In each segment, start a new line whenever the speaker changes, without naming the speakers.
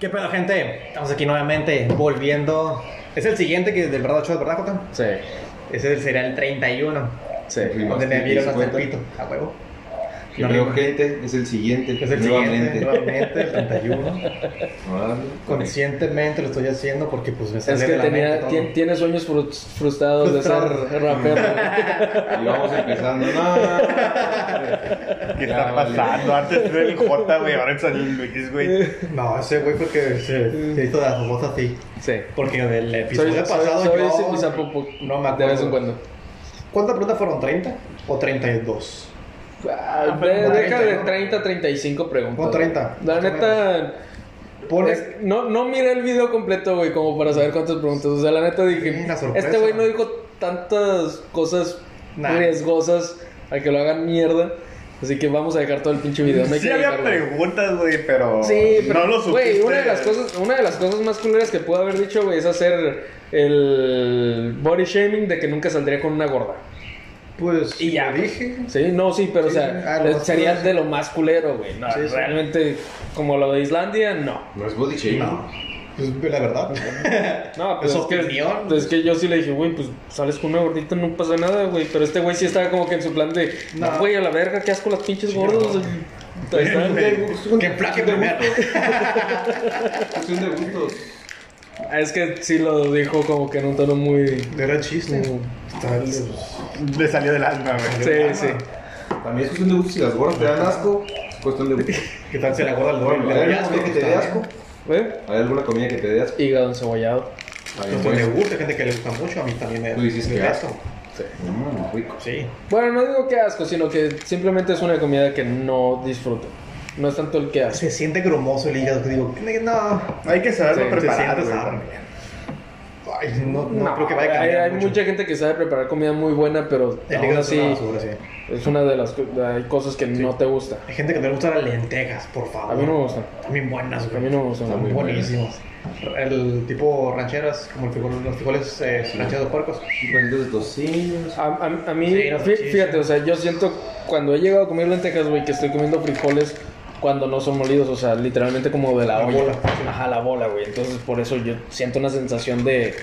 ¿Qué pedo, gente? Estamos aquí nuevamente volviendo. Es el siguiente que del verdad 8 verdad, Jota.
Sí,
Ese sería el 31.
sí.
Donde me vieron hasta el pito. A huevo.
Que veo gente, es el siguiente.
Es el
nuevamente.
siguiente, nuevamente, el 31.
Ah,
Conscientemente lo estoy haciendo porque pues me sale
Es que
de la mente
tenía,
todo.
tien- tiene sueños frus- frustrados de ser
Frustrados.
rapero.
Y vamos empezando. No,
¿Qué
Ya,
está
vale.
pasando? Antes era el J, güey, ahora es el Luis, güey.
No, ese güey porque se, se hizo de la voz así.
Sí.
Porque del
Soy,
episodio
soy,
pasado
soy
yo...
ese sapo
no me
de
acuerdo.
vez en cuando.
¿Cuántas preguntas fueron? ¿30 o 32?
Ah,
pero
de-
como
deja
30,
de
¿no?
30, 35 preguntas.
Como 30.
La neta,
Pones...
es- no, no miré el video completo, güey, como para saber cuántas preguntas. O sea, la neta dije,
Mm, la sorpresa.
este güey no dijo tantas cosas
Nah.
riesgosas a que lo hagan mierda. Así que vamos a dejar todo el pinche video. No hay
Sí
que
había
editarlo.
preguntas, güey, pero,
Sí, pero,
no lo supiste.
Güey, una de las cosas, una de las cosas más culeras que pudo haber dicho, güey, es hacer el body shaming de que nunca saldría con una gorda.
Pues...
Y ya.
lo dije.
Sí, no, sí, pero
Sí,
o
sí.
sea,
Ah, lo
eh,
más
sería
culero, sí.
de lo más culero, güey. No,
Sí, sí.
realmente como lo de Islandia, no.
no es body shaming.
No. Pues la verdad.
No, pues
Es
es que,
opinión.
pues, es que yo sí le dije, güey, pues sales con una gordita, no pasa nada, güey. Pero este güey sí estaba como que en su plan de,
No.
no, güey, a la verga, qué asco las pinches gordos. Ahí está. pues,
que plaque primero.
Es un de gustos.
Ah, Es que sí lo dijo como que en un tono muy...
Era chiste.
Mm.
Está bien.
Le salió del alma, güey.
Sí, sí.
También es cuestión de gustos. Si las gorras te dan asco, es cuestión de gustos.
¿Qué tal se la gorda al
Bueno,
gordo? Le
¿Hay
doy
alguna
asco,
comida que te dé
está
asco?
bien.
¿Eh?
¿Hay alguna comida que te dé asco?
Hígado encebollado.
También,
Gente que le
pues.
gusta, gente que le gusta mucho, a mí también me
Tú dices
me
que
da
asco. Mm, rico.
Sí.
Bueno, no digo que asco, sino que simplemente es una comida que no disfruto. No es tanto el que asco.
Se siente grumoso el hígado, que digo, no.
Hay que saberlo
Sí,
preparar,
se siente
güey,
sano.
también.
Ay, no, no,
No,
creo que vaya a
hay,
cambiar
hay
mucho.
mucha gente que sabe preparar comida muy buena, pero
El
aún
hígado es
así
una basura, sí.
es una de las co- hay cosas que no te gusta.
Hay gente que no le gustan las lentejas, por favor.
A mí no me gusta.
También buenas,
A
güey.
mí no me gusta.
Está muy
Buenísimas. El tipo rancheras, como el frijol- los frijoles eh, rancheros puercos.
Palitos de tocinos.
A, a- a mí,
Sí, no,
fí-
sí,
fíjate,
sí.
o sea, yo siento cuando he llegado a comer lentejas, güey, que estoy comiendo frijoles cuando no son molidos, o sea, literalmente como de la,
La
olla.
bola, sí.
Ajá, la bola, güey. Entonces, por eso yo siento una sensación de,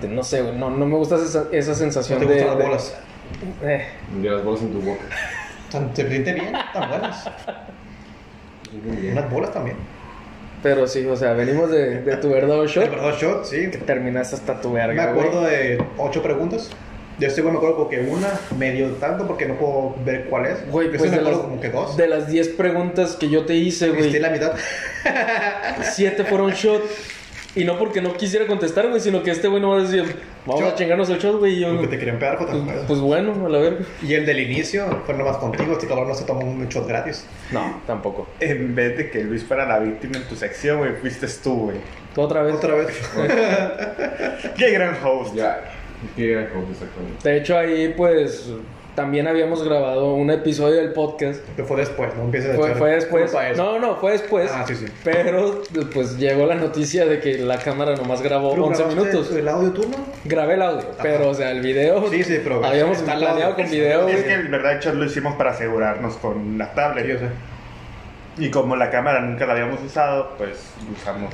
de no sé, güey, no, no me gusta esa, esa
No
sensación
te
de.
gustan las
de-
bolas.
eh,
De las bolas en tu boca.
Tan, te siente bien, tan buenas. Unas bolas también.
pero sí, o sea, venimos de, de tu verdad
El
shot.
verdad shot, sí.
Que terminaste hasta tu
Me
verga, güey.
acuerdo de ocho preguntas. De este güey me acuerdo porque una me dio tanto porque no puedo ver cuál es.
Güey,
Yo sí
pues
me
de
acuerdo
las,
como que dos.
de las 10 preguntas que yo te hice,
Viste
güey,
la mitad.
7 fueron shot. Y no porque no quisiera contestar, güey, sino que este güey no va a decir, vamos a
Shot.
chingarnos el shot, güey. y yo,
Lo que te querían pegar Jota.
Pues, pues bueno, a la verga.
Y el del inicio fue nomás contigo. Este cabrón no se tomó un shot gratis.
No, tampoco.
En vez de que Luis fuera la víctima en tu sección, güey, fuiste tú, güey.
Otra vez.
Otra vez.
Qué gran host.
Ya. Qué gran host, exactamente.
De hecho, ahí pues también habíamos grabado un episodio del podcast.
Que fue después, no empieces a
Fue,
echar
fue después.
culpa a eso.
No, pues, no, fue después.
Ah, sí, sí.
Pero pues llegó la noticia de que la cámara nomás grabó
¿Pero
11
grabaste
minutos.
¿El audio turno?
Grabé el audio, pero o sea, el video.
Sí, sí, pero-
Habíamos
está el
planeado
audio.
con video.
Es
güey.
que el verdad hecho lo hicimos para asegurarnos con la tablet.
Yo sé.
Y como la cámara nunca la habíamos usado, pues usamos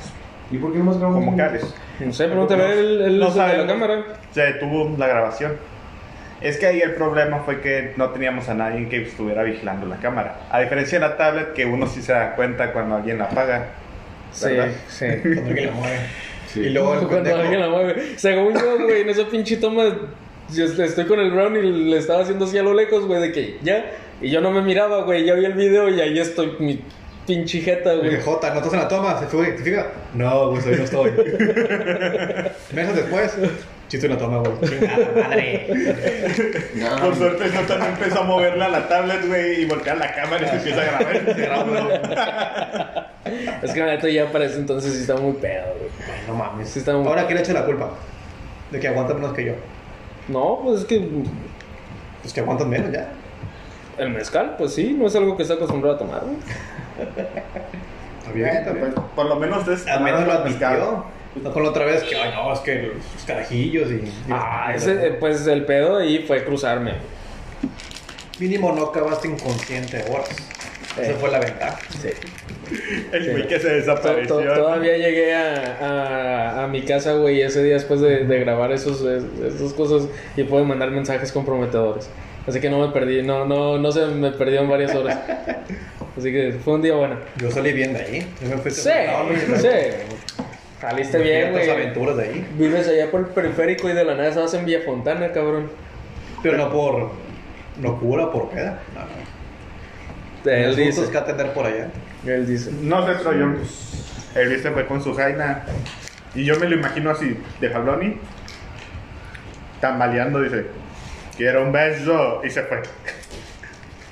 ¿Y por qué no más grabamos?
como cables.
No sé, pregúntale el, el
No
uso de la
sabemos.
cámara.
Se detuvo la grabación. Es que ahí el problema fue que no teníamos a nadie que estuviera vigilando la cámara. A diferencia de la tablet, que uno sí se da cuenta cuando alguien la apaga.
Sí,
¿Verdad?
sí.
Cuando alguien la mueve.
Sí.
Y luego el
Cuando
pendejo-
alguien la mueve. Según yo, güey, en esa pinche toma, yo est- estoy con el Brown y le estaba haciendo así a lo lejos, güey, de que ya. Y yo no me miraba, güey, ya vi el video y ahí estoy, mi pinche jeta,
Porque,
güey.
Jota, no estás en la toma, se fue, ¿te fijas? No, güey, soy, no estoy. Meses después, chiste en la toma, güey. Chingada madre.
No,
Por suerte, no tan empezó a moverla la tablet, güey, y voltear la cámara y se empieza a grabar.
Es que la neta ya para ese entonces sí estaba muy pedo, güey.
Ay, no mames.
Sí está muy-
Ahora, ¿quién le echa la culpa? De que aguantan menos que yo.
No, pues es que
Pues que aguantan menos ya.
el mezcal, pues sí, no es algo que está acostumbrado a tomar, güey.
Está bien. está bien.
Bueno, pues, Por lo menos es.
Al menos lo
pescado.
admitió. No con la otra vez que, ay, no, es que los carajillos y. y-
Ah,
y-
ese, eh, pues el pedo ahí fue cruzarme.
Mínimo no acabaste inconsciente horas.
Eh.
Esa fue la ventaja.
Sí.
El güey que se
To-
desapareció.
to- todavía llegué a, a- a mi casa, güey, ese día después de, de grabar esos, es- esas cosas y pude mandar mensajes comprometedores. Así que no me perdí, no, no, no se me perdió en varias horas. Así que fue un día bueno.
Yo salí bien de ahí. Yo me fui
Sí, sí. Saliste bien,
Las
güey.
aventuras de ahí.
Vives allá por el periférico y de la nada estabas en Villa Fontana, cabrón.
Pero no por locura, por peda. No, no.
Él
Los
dice.
gustos que atender por allá.
Él dice.
No sé, pero yo. pues, El güey se fue con su jaina. Y yo me lo imagino así, de jabloni. Tambaleando, dice. Quiero un beso. Y se fue.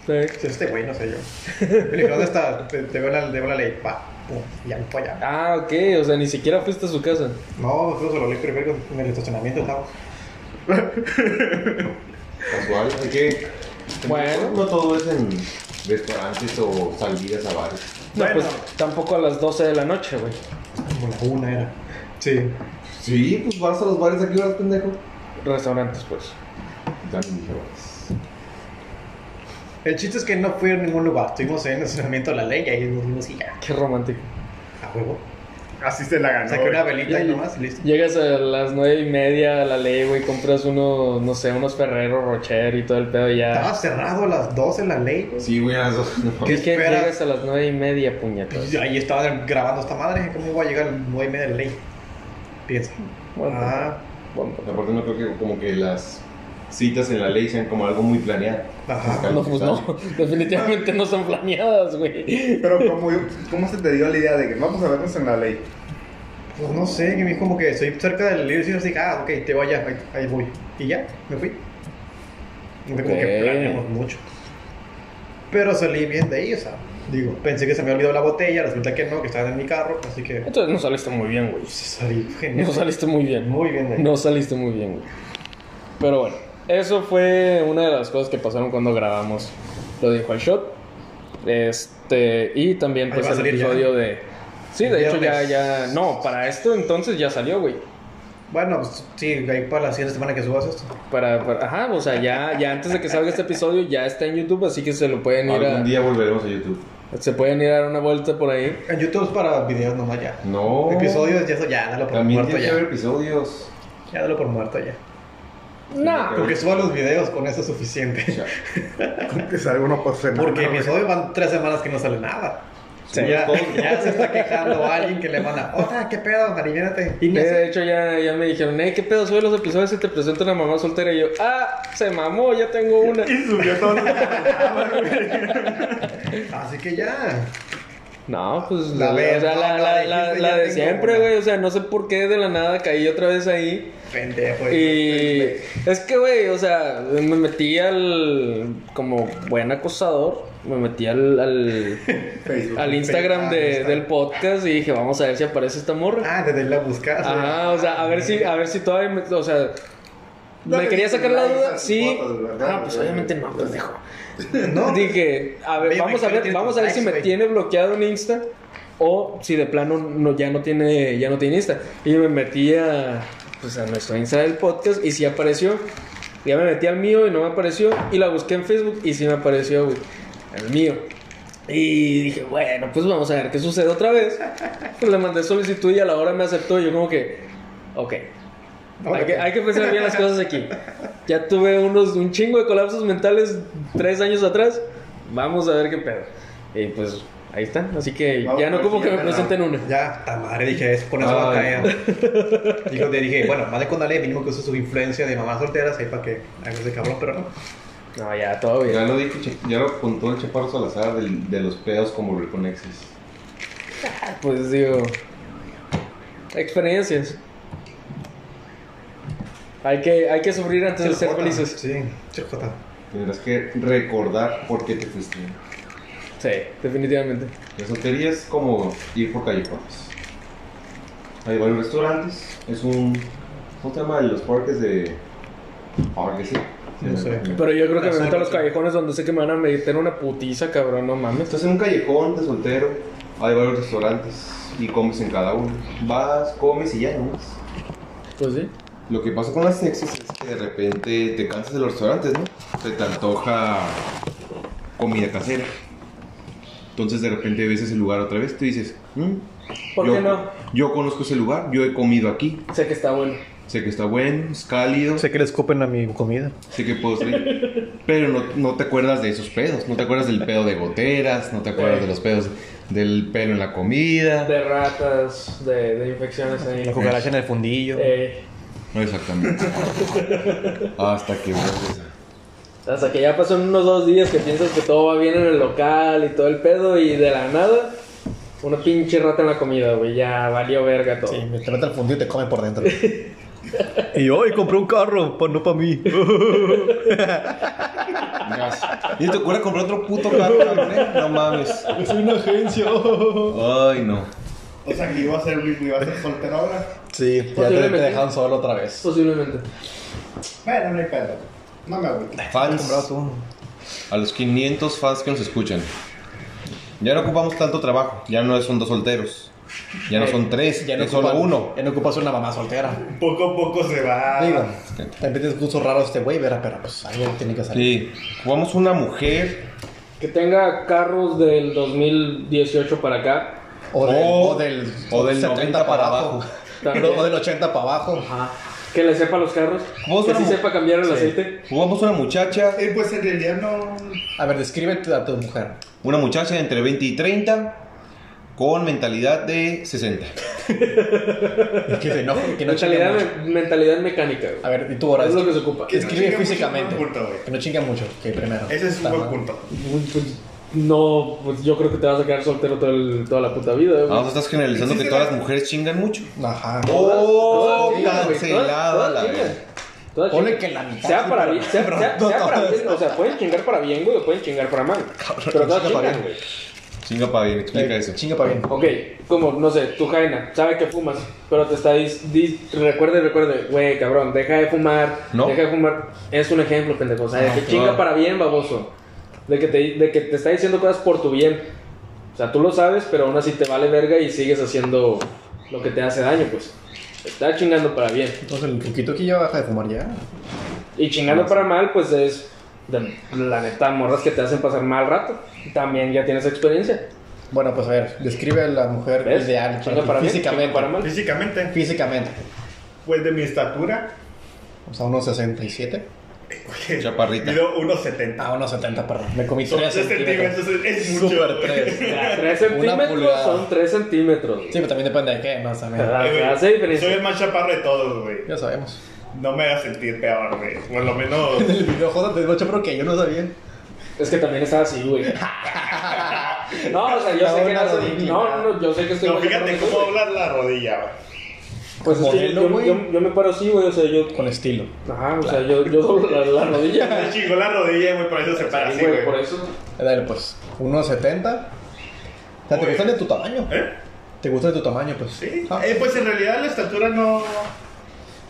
"Eh,
Si este güey, no sé yo. Le dije, ¿dónde está? Te, te veo en la, te veo en la ley. Pa, pum, y ya me fue allá.
Ah, ok, o sea, ni siquiera fuiste a su casa.
No, me fui solo ley primero en el estacionamiento, estaba.
Casual, hay que.
Bueno.
No todo es en restaurantes o salidas a bares.
No,
Bueno.
pues tampoco a las 12 de la noche, güey.
Como la una era. Sí.
Sí, pues vas a los bares aquí, ¿verdad, pendejo?
Restaurantes, pues.
También dije bares.
El chiste es que no fui a ningún lugar. Estuvimos en el estacionamiento de la ley y ahí nos dimos y ya.
Qué romántico.
A huevo.
Así se la ganó.
Saqué una
güey.
velita y nomás y listo.
Llegas a las nueve y media a la ley, güey, compras uno, no sé, unos Ferrero Rocher y todo el pedo y ya.
Estaba cerrado a las 12 la ley. güey.
Sí, güey, a las dos. no.
Ah, ¿Qué
Es que
esperas?
llegas a las nueve y media, puñetas.
Y ahí estaba grabando esta madre. ¿Cómo voy a llegar a las 9 y media de la ley? Piensa.
Bueno,
Ah,
bueno,
pues, Aparte, no creo que como que las citas en la ley sean como algo muy planeado.
ajá.
no, pues no, definitivamente no son planeadas, güey.
Pero, ¿cómo, ¿cómo se te dio la idea de que vamos a vernos en la ley?
Pues no sé, que me dijo como que estoy cerca del libro y así, ah, ok, te voy allá, ahí, ahí voy. Y ya, me fui. No fue como que
Ok.
planeamos mucho. Pero salí bien de ahí, o sea, digo, pensé que se me había olvidado la botella, resulta que no, que estaba en mi carro, así que
Entonces no saliste muy bien, güey.
salí genial.
No saliste muy bien.
Muy bien de ahí.
No saliste muy bien, güey. Pero bueno, eso fue una de las cosas que pasaron cuando grabamos Lo dijo al shot. Este, y también
Ahí
pues
va a
el
salir ya.
episodio de Sí, de
El
hecho ya
viernes.
ya no, para esto entonces ya salió, güey.
Bueno, pues sí, ahí para la siguiente semana que subas esto.
Para, para- ajá, o sea, ya ya antes de que salga este episodio ya está en YouTube, así que se lo pueden ir
Algún
a
día volveremos a YouTube.
se pueden ir a dar una vuelta por ahí.
En YouTube es para videos nomás ya.
No.
Episodios, ya eso ya, dalo por
También
muerto
tiene que haber
ya.
episodios.
Ya dalo por muerto ya.
No.
Porque suba los videos, con eso es suficiente.
Que salga uno por semana.
Porque
güey.
episodios van tres semanas que no sale nada.
Sí.
ya, ya se está quejando a alguien que le manda, otra, qué pedo, aliviánate. Y
Eh,
ni así.
de hecho, ya, ya me dijeron, eh, ¿qué pedo? Sube los episodios y te presento una mamá soltera. Y yo, ah, se mamó, ya tengo una.
Y subió todo.
Así que ya.
No, pues
La
la,
vez,
o sea,
no,
la, la,
la
la-
dijiste,
la
ya
de
tengo
siempre,
una.
güey. O sea, no sé por qué de la nada caí otra vez ahí.
Pendejo.
Y es que, güey, o sea, me metí al. Como buen acosador, me metí al, al,
Facebook.
al Instagram
Ah,
de-
Instagram.
del podcast y dije, vamos a ver si aparece esta morra.
Ah, desde la buscaste.
Ajá, o sea, a ver si, a ver si todavía. me- o sea,
No
me
le
quería
diste
sacar la
likes a
duda,
tus
sí.
fotos, ¿verdad?
Ah, pues obviamente no, pendejo.
No,
Dije, a ver,
Oye,
vamos a
Mike,
ver,
¿tienes
vamos a
tus
ver si me
likes, güey?
tiene bloqueado en Insta o si de plano no, ya no tiene, ya no tiene Insta. Y yo me metí a, pues a nuestro Insta del podcast y sí apareció. Ya me metí al mío y no me apareció. Y la busqué en Facebook y sí me apareció, güey. El mío. Y dije, bueno, pues vamos a ver qué sucede otra vez. Pues le mandé solicitud y a la hora me aceptó. Y yo como que, ok, hay que, hay que pensar bien las cosas aquí. Ya tuve unos, un chingo de colapsos mentales tres años atrás. Vamos a ver qué pedo. Y pues ahí está. Así que
Vamos
ya
a
no
ver
como
si
que
ya
me
me
presenten una.
Ya, ta madre, dije, es con eso va a
Ay.
caer. Dijo, te dije, bueno, madre con Dale, mínimo que use su influencia de mamás solteras ahí para que hagas de cabrón, pero no.
No, ya, todo
Ya
bien.
lo dijo, Che- ya lo apuntó el Chaparro Salazar del- de los pedos con volver con exes.
Pues digo. Experiencias. Hay que, hay que sufrir antes de ser
Chilcota.
felices.
Sí, chocota.
Tendrás que recordar por qué te fuiste.
Sí, definitivamente.
La soltería es como ir por callejones. Hay varios restaurantes, es un. ¿Cómo se llama? Los parques de. Parques, sí.
No sé.
Pero yo creo que me
Razón,
meto a los
razón.
callejones donde sé que me van a meter una putiza, cabrón. No mames.
Estás en un callejón de soltero, hay varios restaurantes y comes en cada uno. Vas, comes y ya no más.
Pues sí.
Lo que pasa con las exes es que de repente te cansas de los restaurantes, ¿no? Se te antoja comida casera. Entonces de repente ves ese lugar otra vez, tú dices, "Mm,
¿Por
yo,
qué no?
Yo conozco ese lugar, yo he comido aquí,
Sé que está bueno.
sé que está bueno, es cálido, sé,
Sé que le escupen a mi comida.
que puedo salir, pero no, no te acuerdas de esos pedos, no te acuerdas del pedo de goteras, no te acuerdas de los pedos del pelo en la comida,
De ratas, de, de infecciones ahí.
La cucaracha en el fundillo.
Eh,
no exactamente. Hasta que vuelves a-
hasta que ya pasan unos dos días que piensas que todo va bien en el local y todo el pedo y de la nada, una pinche rata en la comida, güey. Ya valió verga todo.
Sí, me trata el fundido y te come por dentro.
Y hoy compré un carro, pa- no para mí.
Gas. ¿Y te acuerdas comprar otro puto carro también? No mames.
Es una agencia.
Ay, no.
O sea, que iba a ser, iba a ser soltero ahora.
Sí, ya te, te
Posiblemente.
dejaron solo otra vez.
Posiblemente.
Bueno, no hay pedo. No me agüito.
Fans, a los 500 fans que nos escuchan. Ya no ocupamos tanto trabajo. Ya no son dos solteros. Ya no son tres. Ya no es solo
ocupas-
uno.
Ya no ocupas una mamá soltera.
Poco a poco se va.
Ah, Digo, también tienes gustos raros este güey, ¿verdad? Pero pues alguien tiene que salir.
Sí. Ocupamos una mujer.
Que tenga carros del 2018 para acá.
O, del,
O-
o del,
o del
70 para abajo.
También.
o del 80 para abajo.
Ajá. Que le sepa los carros.
Vos
Que sí
éramos-
sepa cambiar el aceite.
Ocupamos una muchacha.
Eh, pues en realidad no.
A ver, describe tu- a tu mujer.
Una muchacha de entre 20 y 30. Con mentalidad de 60.
Que se enoje, que no chingue
mentalidad,
mucho.
me- mentalidad mecánica, güey.
A ver, y tú ahora.
Es lo
descri-
que se ocupa.
Que Describe
no chingue mucho,
físicamente.
buen punto, güey.
que no chingue mucho, que primero.
Ese es
Está
un buen
mal.
punto.
Pues, no, pues yo creo que te vas a quedar soltero todo el- toda la puta vida, güey.
Ah, vos estás generalizando que todas las mujeres chingan mucho.
Ajá.
¡Oh!
Todas chingan, güey.
Cancelada
Todas-
la
todas
verga.
chingan. Todas
Ponle
chingan.
que la mitad
Sea
sí,
para
pero-
bien, sea,
pero
sea-
no
sea para
todas.
bien, o sea, pueden chingar para bien, güey, o pueden chingar para mal. Pero todas
chinga para
chingan, güey.
Chinga para bien, explica eso.
Chinga para bien.
Ok, como, no sé, tu Jaina sabe que fumas, pero te está dis, dis- recuerde, recuerde, güey, cabrón, deja de fumar,
No.
deja de fumar. Es un ejemplo, pendejo, o sea, de que
No,
chinga
claro.
para bien, baboso. De que, te, de que te está diciendo cosas por tu bien. O sea, tú lo sabes, pero aún así te vale verga y sigues haciendo lo que te hace daño, pues. Está chingando para bien.
Entonces el poquito que ya baja de fumar ya.
Y chingando para mal, pues es, de- la neta, morras que te hacen pasar mal rato. También ya tienes experiencia.
Bueno, pues a ver, describe a la mujer
¿Ves?
ideal.
Chinga para bien,
físicamente.
chinga para mal.
Físicamente,
Físicamente.
pues de mi estatura.
O sea, unos 67.
Chaparrita.
Mido unos 70.
Ah, unos 70, perdón. Me comí
Son
3
tres
centímetros.
centímetros, es mucho.
Super
güey.
3.
Ya, Tres
Una
centímetros
pulgada.
son tres centímetros.
Sí, pero también depende de qué, no sabemos.
Ah,
Eh, güey,
hace diferencia.
Soy el más chaparro de todos, güey.
Ya sabemos.
No me hagas sentir peor, güey. Por lo menos.
Este
El video Joda te digo, pero que yo no sabía.
Es que también estaba así, güey. No, o sea, yo
Estaba
sé que
una
no, soy-
rodilla.
no, no, yo sé que estoy
No,
más
fíjate
chaparro
cómo
que tú, güey.
hablar la rodilla, güey.
Pues es que
Modelo,
yo,
güey.
yo- yo me paro así, güey, o sea, yo...
Con estilo.
Ajá, o sea, yo, yo doblo la, la rodilla, güey.
Me chingó Este la rodilla, güey, por eso se para
Sí,
así,
güey,
güey.
por eso.
Eh, Dale, pues. Unos 70. O sea, te
Oye.
gustan de tu tamaño.
¿Eh?
Te gustan de tu tamaño, pues.
Sí.
Ah,
Eh, pues en realidad la estatura no.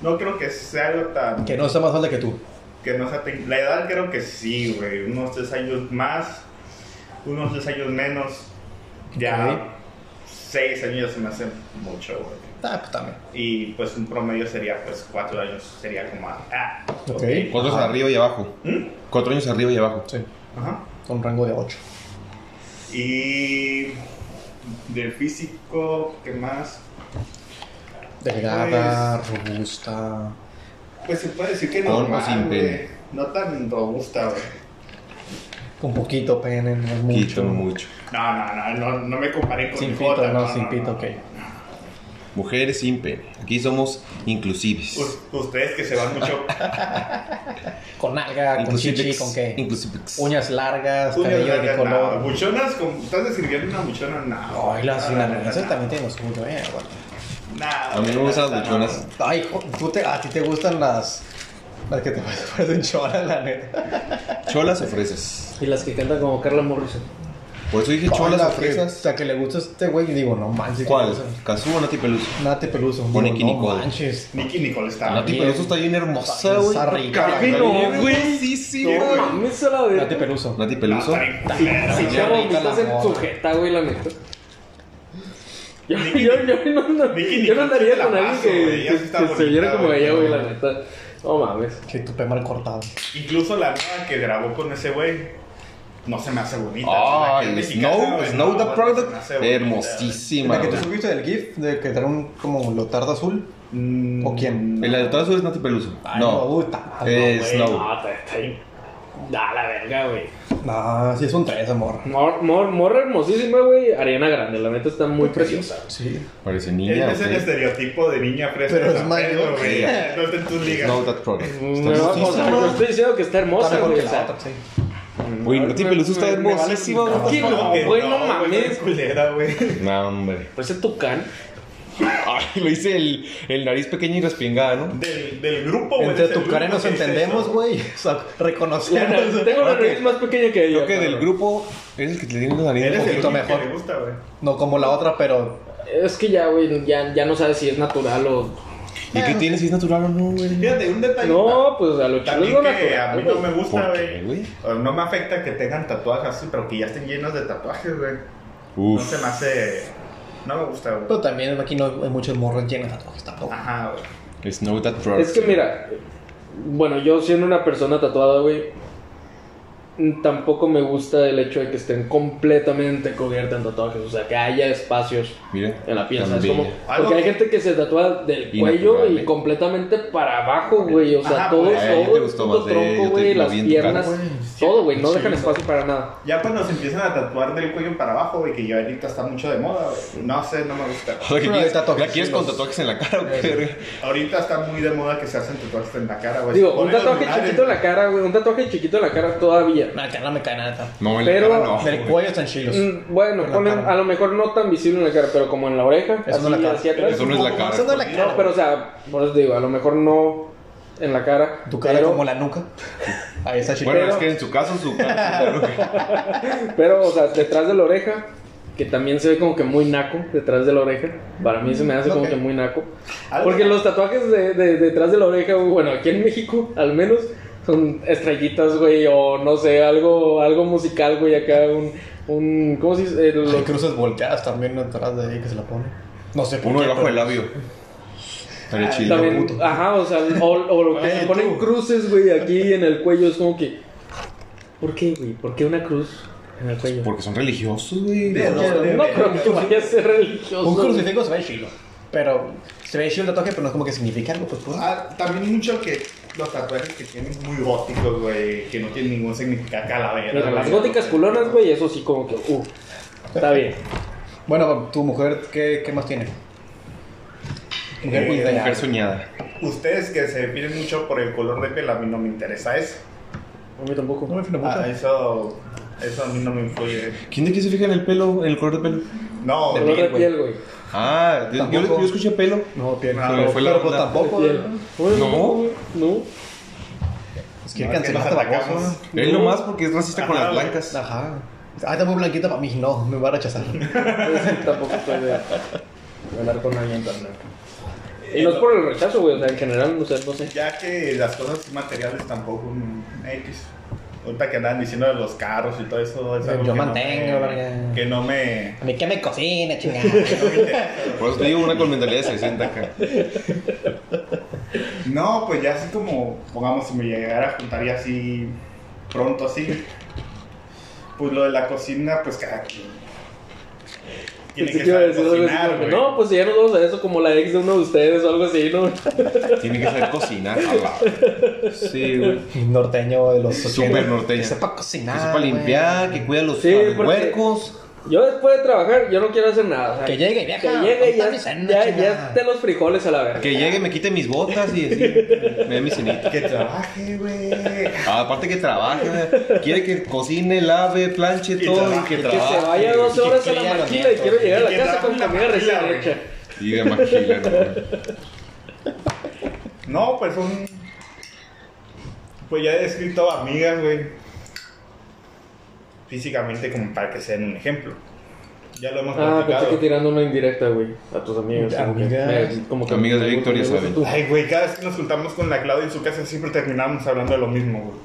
No creo que sea algo tan.
Que no sea más alta que tú.
Que no sea tan- La edad creo que sí, güey. Unos tres años más, unos tres años menos. Ya. Seis años se me hace mucho, güey.
Ah, pues también.
Y pues un promedio sería, pues cuatro años sería como. Ah,
Ok.
Cuatro años arriba y abajo.
¿Mm?
Cuatro años arriba y abajo.
Sí.
Ajá.
Con rango de 8.
Y. Del físico, ¿qué más?
Delgada, robusta.
Pues se puede decir que
Con o
normal,
sin
güey.
pene.
No tan robusta, güey.
Con poquito pene, no es
Quito
mucho.
mucho.
No, no, no, no, no me comparen con
Sin
mi
pito,
Jota,
no, sin pito, ok.
Mujeres sin pene. Aquí somos inclusives.
U- ustedes que se van mucho.
Con alga, con chichi, con qué.
Inclusives.
Uñas largas,
Uy,
cabello de
no,
qué
no, no,
color.
Buchonas, con, estás describiendo una buchona, no.
Ay, las
No, no, no,
sinaloenses
no,
también tienen lo suyo, eh. bueno.
no,
A mí me gustan las buchonas.
Ay, jo- tú te, a ti te gustan las. Las que te parecen choras, la neta.
Cholas o fresas.
Y las que cantan como Carla Morrison.
Por eso dije
Ay,
cholas
la
o
fresa, O
fresas.
sea, que le gusta este güey y digo, no manches. que le
¿Cuál?
gusta.
¿Cazú o Nati Peluso?
Nati Peluso.
Con
digo,
Nicky
no
Nicole.
manches.
Nicky Nicole está.
Nati
bien.
Peluso está bien hermosa,
Está
güey.
rica,
Está
güey.
bien
No,
Buenísima.
güey.
Mames, se la
Nati
verga.
Peluso.
Nati
No,
Peluso.
está bien culera,
Si
güey.
Qué
chavo,
rica la
estás en
morra.
sujeta, güey, la neta. Yo, yo, yo, no, no-
Nicky
yo no
Nicole
andaría
se la
con alguien
paso,
que,
güey, ella sí
que-
está
que se
bonita,
viera como
güey.
ella, güey, la neta. No mames.
Que tu pe mal cortado.
Incluso la nueva que grabó con ese güey. no se me hace bonita.
Ah,
La que es
el
mexicana,
Snow,
güey,
Snow
no,
the
güey, se
Product.
me hace bonita.
Hermosísima.
La que tú
güey.
subiste del GIF, de que trae un como lotardo azul.
Mm,
¿O quién?
El de todas es Nati Peluso.
Ay,
No,
puta madre,
es
Güey,
Snow.
No, está- está bien. Da la verga, güey.
No, sí es un 3, amor.
Mor, mor- morra hermosísima, güey. Ariana Grande, la neta está muy preciosa.
Sí.
Parece
Es, este
niña.
es el
ok.
estereotipo de niña fresca.
Pero
de
es
San
mayor.
Pedro, güey. No está en tus ligas.
Snow that Product.
Mm,
Está
No, o sea,
hermosísima.
no estoy diciendo que está
Está
hermosa,
mejor
güey.
que
o
la
sea,
otra, sí.
Güey, Nati Peluso está
me vale-
hermosísima,
No,
güey.
que no,
que
güey, no
es
mames.
culera, güey.
No, hombre.
Parece tucán.
Ay, lo hice el, el nariz pequeña y respingada, ¿no?
Del, del grupo, güey.
Entre
es el
Tucán y
único
nos
que dice
entendemos,
eso.
güey. O sea,
La nariz-
reconocemos.
Tengo la
Creo que-
nariz más pequeña que ella.
Creo que del
cabrón.
grupo es el que le tiene la nariz
Eres
un
el
poquito
único
mejor.
que le gusta, güey.
No como la otra, pero.
Es que ya, güey, ya, ya no sabes si es natural o.
¿Y qué tiene si es natural o no, güey?
Fíjate, un detalle.
No, pues a lo chulo es
También
lo
que a mí
natural.
no
güey.
me gusta,
¿Por qué,
güey.
güey?
O No me afecta que tengan tatuajes así, pero que ya estén llenos de tatuajes, güey. No se
Uf.
me hace. No me gusta, güey.
Pero también aquí no hay muchos morros llenos de tatuajes tampoco.
Ajá, güey.
Snow that Product.
Es que mira, bueno, yo siendo una persona tatuada, güey, mm, tampoco me gusta el hecho de que estén completamente cubiertas en tatuajes, o sea, que haya espacios
Mira.
en la piel,
tan
¿sabes cómo?
bella.
Porque hay gente que se tatúa del
Y
cuello
natural,
y
¿eh?
completamente para abajo, güey, o sea,
Ajá,
todo,
pues,
a ti te
todo, el
gustó
puto
más, eh, yo
tronco,
te
güey,
lo
las
vi en tu cara,
piernas,
güey.
todo, güey, no dejan espacio para nada.
Ya cuando se empiezan a tatuar del cuello para abajo, güey, que ya ahorita está mucho de moda, güey. No sé, no me gusta.
O sea, que
Pero
quieres,
hay tatuajes,
la quieres
sí,
con
los-
tatuajes en la cara, güey.
Ahorita está muy de moda que se hacen tatuajes en la cara, güey. Se
Digo, un
ponen los
tatuaje
lunares,
chiquito en la cara, güey, un tatuaje chiquito en la cara todavía.
La cara me cae nada.
No, en
Pero-
la cara no.
Del
güey.
cuello están chilos.
Mm, Bueno,
En la
ponen
cara.
a lo mejor no tan visible en la cara, pero como en la oreja,
Eso no es la cara.
hacia atrás.
Eso no es la cara.
Eso no es la cara.
No, pero o sea, por eso te digo, a lo mejor no en la cara.
Tu cara
pero,
como la nuca. Ahí está chilo.
Bueno,
pero-
es que en su caso, su cara.
Pero, o sea, detrás de la oreja, que también se ve como que muy naco, detrás de la oreja. Para mí se me hace como
Ok.
que muy naco.
Algo-
Porque los tatuajes de, de- detrás de la oreja, bueno, aquí en México al menos, son estrellitas, güey, o no sé, algo, algo musical, güey, acá un... un ¿Cómo se dice? Eh, los-
Hay cruces volteadas también atrás de ahí que se la pone. No sé por
Uno
qué,
debajo
pero-
del labio. Estaría chido.
Ah, También, ajá, o sea, o, o lo que
Eh,
se ponen
tú.
cruces, güey, aquí en el cuello es como que. ¿Por qué, güey? ¿Por qué una cruz en el cuello?
Porque son religiosos, güey.
De-
no, no creo que vaya a ser religioso.
Un
güey.
crucifijo se ve chilo. Pero se ve chilo el tatuaje, pero no es como que significa algo. Pues, pues,
Ah, también mucho que los tatuajes que tienen muy góticos, güey, que no tienen ningún significado calavera.
Mira, las
güey.
góticas culonas, güey, eso sí, como que. Uh, está bien.
Bueno, tu mujer, ¿qué, qué más tiene? Mujer pues,
Eh,
ideal.
Mujer soñada.
Ustedes que se definen mucho por el color de piel, a mí no me interesa eso.
A mí tampoco.
No me fino
Ah, eso, eso a mí no me influye.
¿Quién de aquí se fija en el pelo, en el color de pelo?
No,
Color de
güey.
piel, güey.
Ah, yo, yo,
Tampoco.
yo escuché pelo.
No, piel.
Ah,
Se me
pero
fue la
eh. pero, pues,
onda.
tampoco.
Piel.
¿no?
No, güey, no.
Es que
Ah,
No, es que
cancelaste
nos
la
atacamos.
cosa.
Él
No.
nomás porque es racista con
Ajá,
las blancas.
Ajá. Ah, está muy blanquita para mí. No, me va a rechazar.
Pues, tampoco estoy de. de Hablar con alguien tan blanco. Y no es por el rechazo, güey, o sea, en general, no sé, no sé.
ya que las cosas materiales tampoco mm, X. Ahorita que andan diciendo de los carros y todo eso, es
Yo
algo que no me-
mantengo, verga.
que no me.
A mí que me cocina, chingada.
no me interesa, güey.
Por eso te digo una con mentalidad de 60 acá.
No, pues ya así como, pongamos, si me llegara a juntar ya así pronto así, pues lo de la cocina, pues cada quien tiene
Pensé
que
que iba a
saber
decir algo así
cocinar,
como que,
güey.
No, pues ya nos vamos a eso como la ex de uno de ustedes o algo así, ¿no?
Tiene que saber cocinar. a la- Sí, güey.
Norteño de los
Súper
ochentas.
norteño.
Que sepa
Que
cocinar.
sepa
güey.
limpiar, que cuida los
Sí,
a los
porque-
huercos.
Yo después de trabajar, yo no quiero hacer nada. o sea,
Que llegue, vieja,
Que llegue y
ahorita
ya,
mi cena,
ya,
chingada.
ya esté los frijoles a la verga.
Que llegue, me quite mis botas y así. Me dé mi
pues".
cenita.
Que trabaje, güey.
Ah, aparte que trabaje, güey. quiere que cocine, lave, planche
Y
todo y
trabaje.
que
Que
Que
se
trabaje.
vaya dos
que
horas a
cría
la
los
maquila y
nietos,
quiero llegar a
y
la
que
casa con
trabaje
comida
la
recién
maquila,
hecha. Ah,
Y de maquila, güey.
No, pues un. Pues ya he descrito amigas, güey. Físicamente, como para que sean un ejemplo. Ya lo
Ah,
hemos
pensé
platicado.
que tirando una indirecta, güey, a tus amigos. como que-
Amigas.
eh, como que
Amigas de
me gusta,
Victoria
me gusta
saben.
tú.
Ay, güey, cada vez que nos juntamos con la Claudia en su casa siempre terminamos hablando de lo mismo, güey.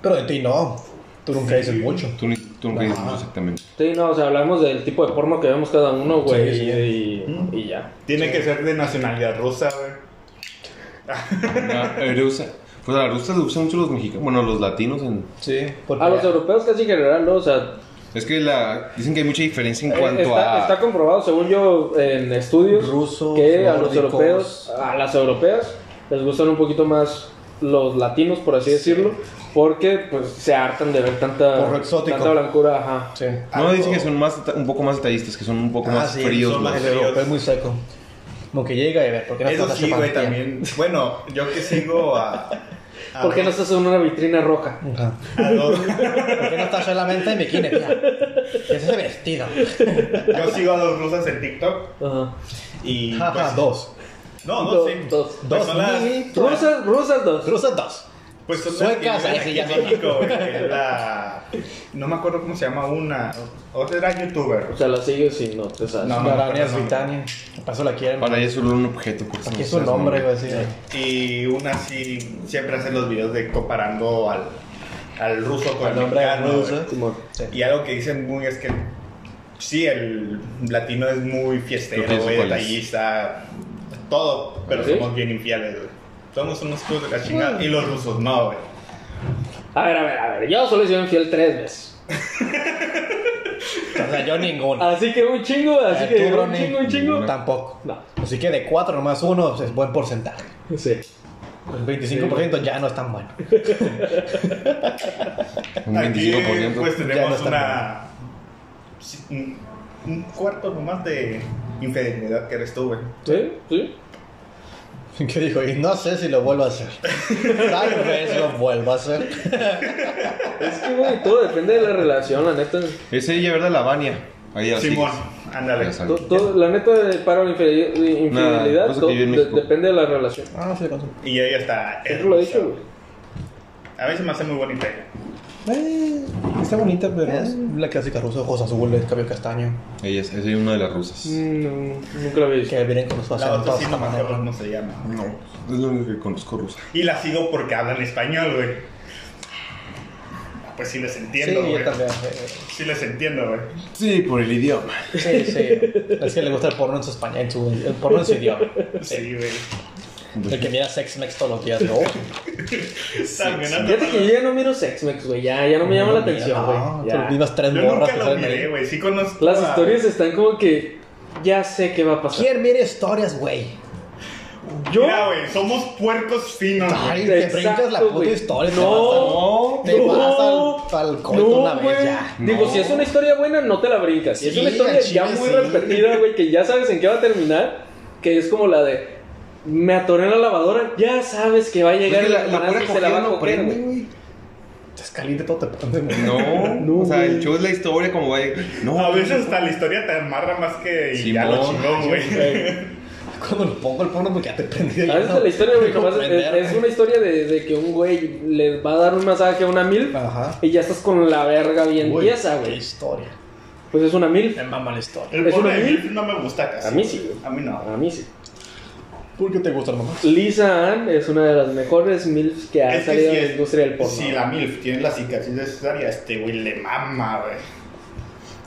Pero de ti no. Tú nunca dices mucho.
Tú, ni- tú nunca dices mucho exactamente.
Sí, no, o sea, hablamos del tipo de porno que vemos cada uno, güey,
Sí.
y, y ya.
Tiene que ser de nacionalidad rusa, güey.
Una erusa. Pues a la rusa le gustan mucho los mexicanos, bueno, los latinos. En,
Sí, porque
A los europeos casi en general, ¿no? O sea,
es que la, dicen que hay mucha diferencia en
eh,
cuanto
está,
a...
está comprobado, según yo, en estudios,
Rusos,
que a los
nórdicos.
europeos, a las europeas, les gustan un poquito más los latinos, por así decirlo, porque pues se hartan de ver tanta,
Por lo exótico.
tanta blancura, ajá.
Sí.
No,
Algo-
dicen que son más, un poco más detallistas, que son un poco
Ah,
más
sí,
fríos.
son
los-
más el
fríos.
europeo es muy seco. Como que llega y ve, ¿por qué no
Eso
estás
sí, güey,
zapatilla?
también. Bueno, yo que sigo a.
Ah,
a
¿Por qué no
dos-
estás en una vitrina roja?
Ajá.
a dos-
¿Por qué no estás solamente en bikini, tía? ¿Qué es ese vestido?
Yo sigo a dos rusas en TikTok
Ajá.
y.
Jaja,
pues-
dos.
No, no,
Dos,
sí.
dos.
Pues
Dos
son las-
mil.
Rusas, rusas dos.
Cruzas dos.
Pues son las
Suecas,
que viven
ahí sí,
aquí
ya
en
no.
México, güey, que es la- No me acuerdo cómo se llama una. Otra era youtuber.
O sea, la sigues y no te sabes.
No.
Narania
no,
es
no.
Britania. Por eso la quieren.
Para ella es solo un objeto. Pues,
Aquí
no
es su
seas
nombre,
mamón.
güey, sí.
Y una sí siempre hace los videos de comparando al, al ruso con
El
el
nombre de
mexicano.
ruso.
Simón.
Sí.
güey. Y algo que dicen muy es que sí, el latino es muy fiestero,
Creo que eso
güey,
cuál es.
detallista, todo, pero
¿Sí?
somos bien infieles, güey. Somos unos hijos de la chingada. Y los rusos no, güey.
A ver, a ver, a ver. Yo solo he sido infiel tres veces.
O sea, yo ninguno.
Así que un chingo, así
Eh,
que
tú, Mm.
un
Brony.
chingo, un chingo.
Tampoco.
No,
Así que de cuatro nomás uno pues, es buen porcentaje. Pues
sí.
El 25% ya no es tan bueno.
Un
Aquí,
25%.
pues
Ya no
tenemos
está
una. sí, un- Un cuarto nomás de infidelidad que eres tú, güey.
Sí, sí.
¿Qué dijo? Y no sé si lo vuelvo a hacer. Tal vez lo vuelva a hacer.
Es que, güey, todo depende de la relación, la neta.
Es ella, ¿verdad? La Vania. Ahí ya la
Simón,
sigues.
ándale.
Ya sabes.
To- todo- la neta, de- para la infidel- infidelidad,
cosa que
todo
yo en
de-
México.
depende de la relación.
Ah, sí, lo consigo.
Y ella está.
Siempre lo he dicho, güey.
A mí se me hace muy bonita ella.
Eh, está bonita, pero es la clásica rusa, ojos azules, cabello castaño.
Ella es, es una de las rusas.
Mm, no, nunca la había visto.
Que vienen con los
La otra
acentos.
sí no me acuerdo cómo se llama.
No, es lo único que conozco rusa.
Y la sigo porque hablan español, güey. Pues sí les
sí,
entiendo, güey.
yo también. eh,
Sí les entiendo, güey.
Sí, por el idioma.
Sí, sí. Es que le gusta el porno en su español, en su, el porno en su idioma.
Sí, güey.
El que mira Sex Mex todos los días, ¿no?
También ando-
Fíjate que yo ya no miro sex mex, güey. Ya, ya no me llama la atención, güey.
No,
Ya.
Las mismas tres
Yo
morras
nunca
que
lo
salen
miré,
ahí.
güey. Sí conozco.
Las
a-
historias están como que ya sé qué va a pasar.
¿Quién mira historias, güey?
Yo
Mira, güey, somos puercos finos,
Ay,
güey.
te
Exacto,
brincas la puta
güey.
historia.
No,
te vas,
no,
al, te vas al, al coito una vez
güey.
ya.
Digo, si es una historia buena, no te la brincas. Si es
Sí,
una historia
al chile
ya muy
sí.
repetida, güey, que ya sabes en qué va a terminar, que es como la de me atoré en la lavadora, ya sabes que va a llegar
Es que
el
la, la
embarazo
pura
y se la va
cogida
a
no
coger,
prende,
güey.
güey.
Estás caliente todo, te prende, güey.
No,
No,
o sea, el
güey.
show es la historia como va. a ir. No,
A veces hasta la historia te amarra más que. Y ya
Simón.
lo chingó, güey.
Cuando lo pongo el porno, porque ya te prendí.
A veces la historia, güey, nomás es, es una historia de, de que un güey le va a dar un masaje a una mil
Ah.
Ajá.
y ya estás con la verga bien tiesa,
Qué
güey.
historia.
Pues es una mil.
Me mama la historia.
El
¿Es
porno
una
de
mil?
Milf no me gusta casi.
A mí sí, güey.
A mí no.
A mí sí.
¿Por qué te gusta, mamá?
Lisa Ann es una de las mejores milfs que ha
Es que
salido
si
de la
es-
industria del porno.
Si la MILF tiene la cicatriz necesaria, este güey le mama, güey.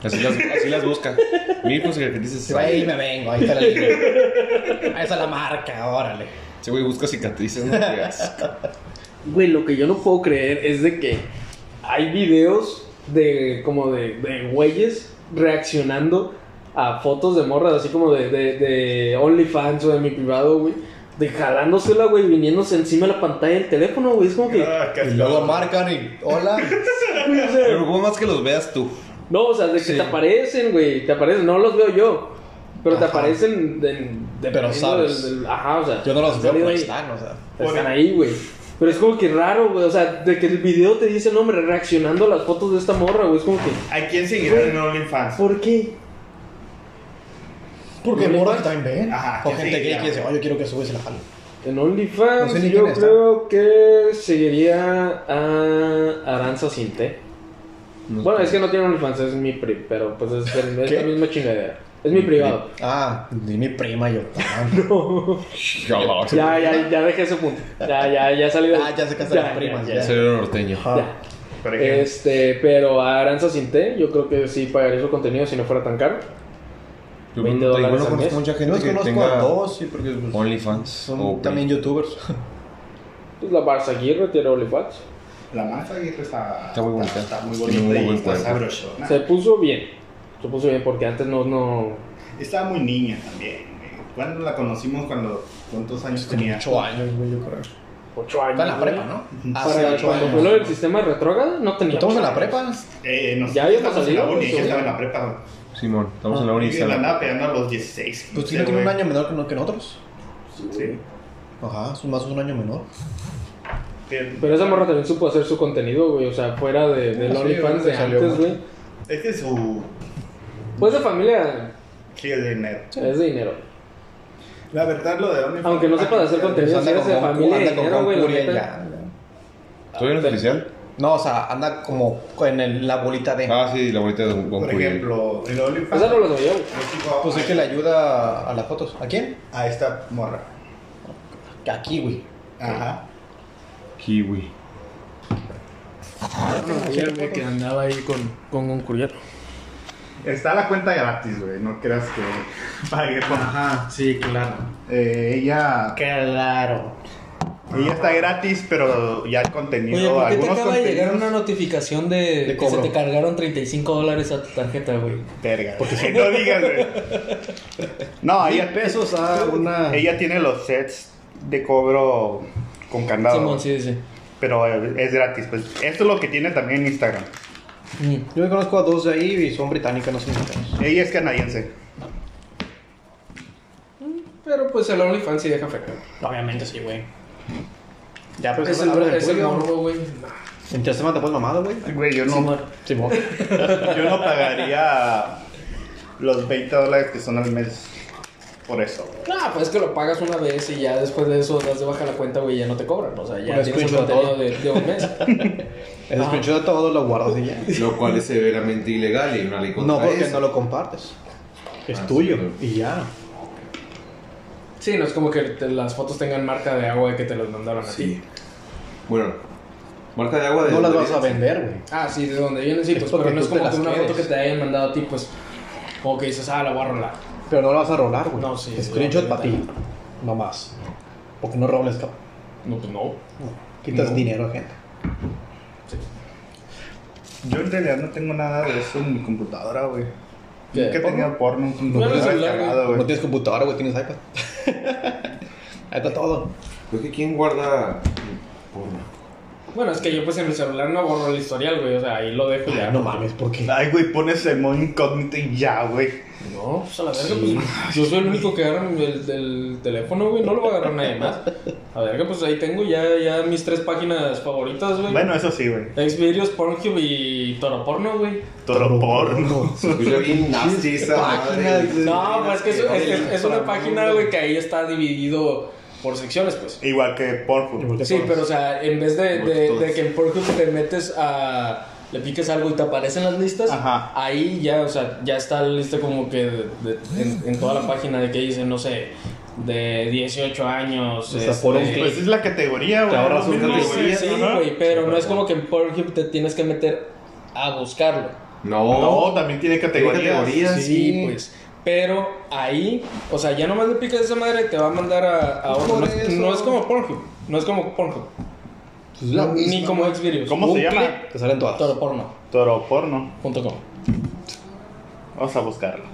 Así las, así las busca. Mira con cicatrices.
Ahí me vengo, ahí está la línea. Ahí está la marca, órale.
Ese güey busca cicatrices. No, Qué asco.
Güey, lo que yo no puedo creer es de que hay videos de como de, de güeyes reaccionando a fotos de morras, así como de, de, de OnlyFans o de mi privado, güey. De jalándosela, güey, viniéndose encima de la pantalla del teléfono, güey. Es como que.
Ah, qué
Y luego
asco.
marcan y hola.
güey, o sea,
Pero como más que los veas tú.
no, o sea, de que
Sí.
te aparecen, güey. Te aparecen, no los veo yo. Pero te
Ajá.
aparecen. en- dependiendo
sabes.
del- del- ajá, o sea.
Yo no los
han
veo, pues,
salido
pero
ahí.
están, o sea.
Están ahí, güey. Pero es como que raro, güey. O sea, de que el video te dice, no, hombre, reaccionando a las fotos de esta morra, güey. Es como que,
¿A quién seguirán en OnlyFans?
¿por qué?
Porque morras también ven.
Ajá,
O
que
gente
sí,
que
ya.
que dice, oh, yo quiero que subes y la jalo.
En OnlyFans,
No sé ni
yo
quién está.
creo que seguiría a Aranza Cinte. bueno, es que no tiene OnlyFans, es mi pri, pero pues es, el- es
¿Qué?
la misma chingadera. Es mi privado.
Ah, di mi prima, yo. Ah,
Ya
Ya, ya, ya dejé ese punto. Ya, ya, ya salí de.
Ah, ya sé que hasta las primas, ya.
Soy un norteño.
Ajá.
ya.
Por ejemplo.
Este, pero a Aranza Cinte, yo creo que sí pagaría su contenido si no fuera tan caro.
Yo
20
no-
dólares
igual no
al mes.
conozco mucha
Yo
gente
los
que
conozco
tenga
a dos, sí, porque pues,
OnlyFans.
son
o
también youtubers.
Pues la Barça Aguirre tiene Olivares.
La masa Aguirre está,
Está muy bonita.
Está, muy
Tiene muy
bonita y
buen
está
cuerpo.
sabrosona.
Se puso bien. Se puso bien porque antes no. no
Estaba muy niña también. eh. ¿Cuándo la conocimos? Cuando, ¿Cuántos años tenía?
8 años, güey, yo creo.
ocho años.
Está en la
güey.
prepa, ¿no?
Para
Hace 8
cuando fue lo del
años.
sistema retrógrado, no tenía.
Estamos en la
ocho años.
prepa. Pues
Eh, nos,
Ya habíamos
estamos en la
salido, Pues,
uni,
eso,
yo estaba en
güey.
la prepa.
Simón, estamos
Ah,
en la
Y la
única.
andaba pegando a los 16.
Pues sí,
no
no
sé,
tiene un
güey.
año menor que no- que nosotros.
Sí.
Ajá, es más un año menor.
Pero-
Pero esa morra también supo hacer su contenido, güey. O sea, fuera de, del
Sí,
OnlyFans
güey,
de
salió
antes,
mucho.
güey.
este Es que su.
Pues de familia
Sí, es de dinero.
es de dinero.
La verdad, lo de OnlyFans.
Aunque no sepas hacer
Pues
contenido, si eres de
con
familia
Goku,
de
anda con
dinero, güey.
Goku
la
y
neta.
ya, güey.
¿Todavía no es oficial?
No, o sea, anda como en el- la bolita de.
Ah, sí, la bonita de Don
Por ejemplo, el OnlyFans.
Esa no lo sabía, güey.
le digo
Pues es que le ayuda a las fotos. ¿A quién?
a esta morra.
Aquí, güey.
Ajá.
Kiwi.
Era, güey, que andaba ahí con, con un curiero.
Está la cuenta gratis, güey. No creas que pagué por.
Ajá, sí, claro.
Eh, ella.
Claro.
Ella está gratis, pero ya el contenido.
Oye, ¿por qué te
algunos
acaba de llegar
contenidos-
una notificación de
De
que se
cobro.
te cargaron 35 dólares a tu tarjeta, güey?
Verga. güey, no digas, güey. No, ella,
pesos a una.
ella tiene los sets de cobro con candado.
Simón, sí, sí.
Pero eh, es gratis. Pues esto es lo que tiene también Instagram.
Mm.
Yo me conozco a dos de ahí y son británicas, no son mexicanos.
Ella es canadiense.
Pero pues el OnlyFans sí deja feca.
Obviamente sí, güey.
Ya, pues, pero
Es el, es el morbo, güey.
En tres semanas te pones mamado, güey.
Güey, yo no,
Simón.
yo no pagaría los 20 dólares que son al mes por eso. güey.
No, pues es que lo pagas una vez y ya después de eso das de baja la cuenta, güey, ya no te cobran. O sea, ya
Pues
tienes un
screenshot
contenido
todo.
de, de un mes.
El
Ah.
screenshot de todo lo guardas y ya.
Lo cual es severamente ilegal y una ley contra
No, porque
eso.
no lo compartes. Es
Ah,
tuyo.
sí, güey.
y ya.
Sí, no es como que te- las fotos tengan marca de agua y que te las mandaron a ti.
Sí. Bueno, marca de agua de.
No las vas
Honduras.
a vender, güey.
Ah, sí, de donde vienen, sí,
Es
pues,
porque
pero no es
tú te
como que
las
una foto
quieres.
que te hayan mandado a ti, pues, como que dices, ah, la voy a rolar.
Pero no la vas a rolar, güey.
No, sí, sí,
Screenshot
obviamente.
para ti. No más. Porque no robles, cabrón.
No, pues no.
No. Quitas
No.
dinero a gente.
Yo en realidad no tengo nada de eso en mi computadora, güey.
¿Qué?
Nunca he tenido porno en mi
No, no,
computadora
celular,
descargado,
No
Ah, güey.
tienes computadora, güey, tienes iPad. Ahí está todo.
Pues que quién guarda porno.
Bueno, es que yo, pues, en mi celular no borro el historial, güey, o sea, ahí lo dejo ya.
Ah, no mames, ¿por qué?
Ay, güey, pones el modo incógnito y ya, güey.
No, pues a la verga, pues yo soy el único que agarra el, el teléfono, güey, no lo va a agarrar nadie más. A verga, pues ahí tengo ya, ya mis tres páginas favoritas, güey.
Bueno, eso sí, güey.
Xvideos, Pornhub y Toro Porno, güey.
Toro porno.
Se escucha bien nasty esa madre.
No, pues es que es, es- es- es una página, güey, que ahí está dividido por secciones, pues.
Igual que Pornhub.
Sí, pero o sea, en vez de, de- de que en Pornhub te metes a... Le piques algo y te aparecen las listas.
Ajá.
Ahí ya, o sea, ya está la lista como que de- de- en, en toda la página de que dice, no sé, de 18 años.
O sea, por un
este,
Pues es la categoría, güey.
Te
es
ahorras
lo
un
mismo,
clic.
güey.
Sí,
Ajá.
güey, pero no es como que en Pornhub te tienes que meter a buscarlo.
No.
No, también tiene
Tiene
categorías.
categorías.
Sí, pues. Pero ahí, o sea, ya nomás le picas esa madre te va a mandar a, a otro.
Por
No, es-
eso. Pues
no es como Pornhub. No es como Pornhub. Ni como Xvideos.
¿Cómo se
Un
llama?
clic,
Te salen todas.
Toroporno.com.
Toro porno. Vamos a buscarlo.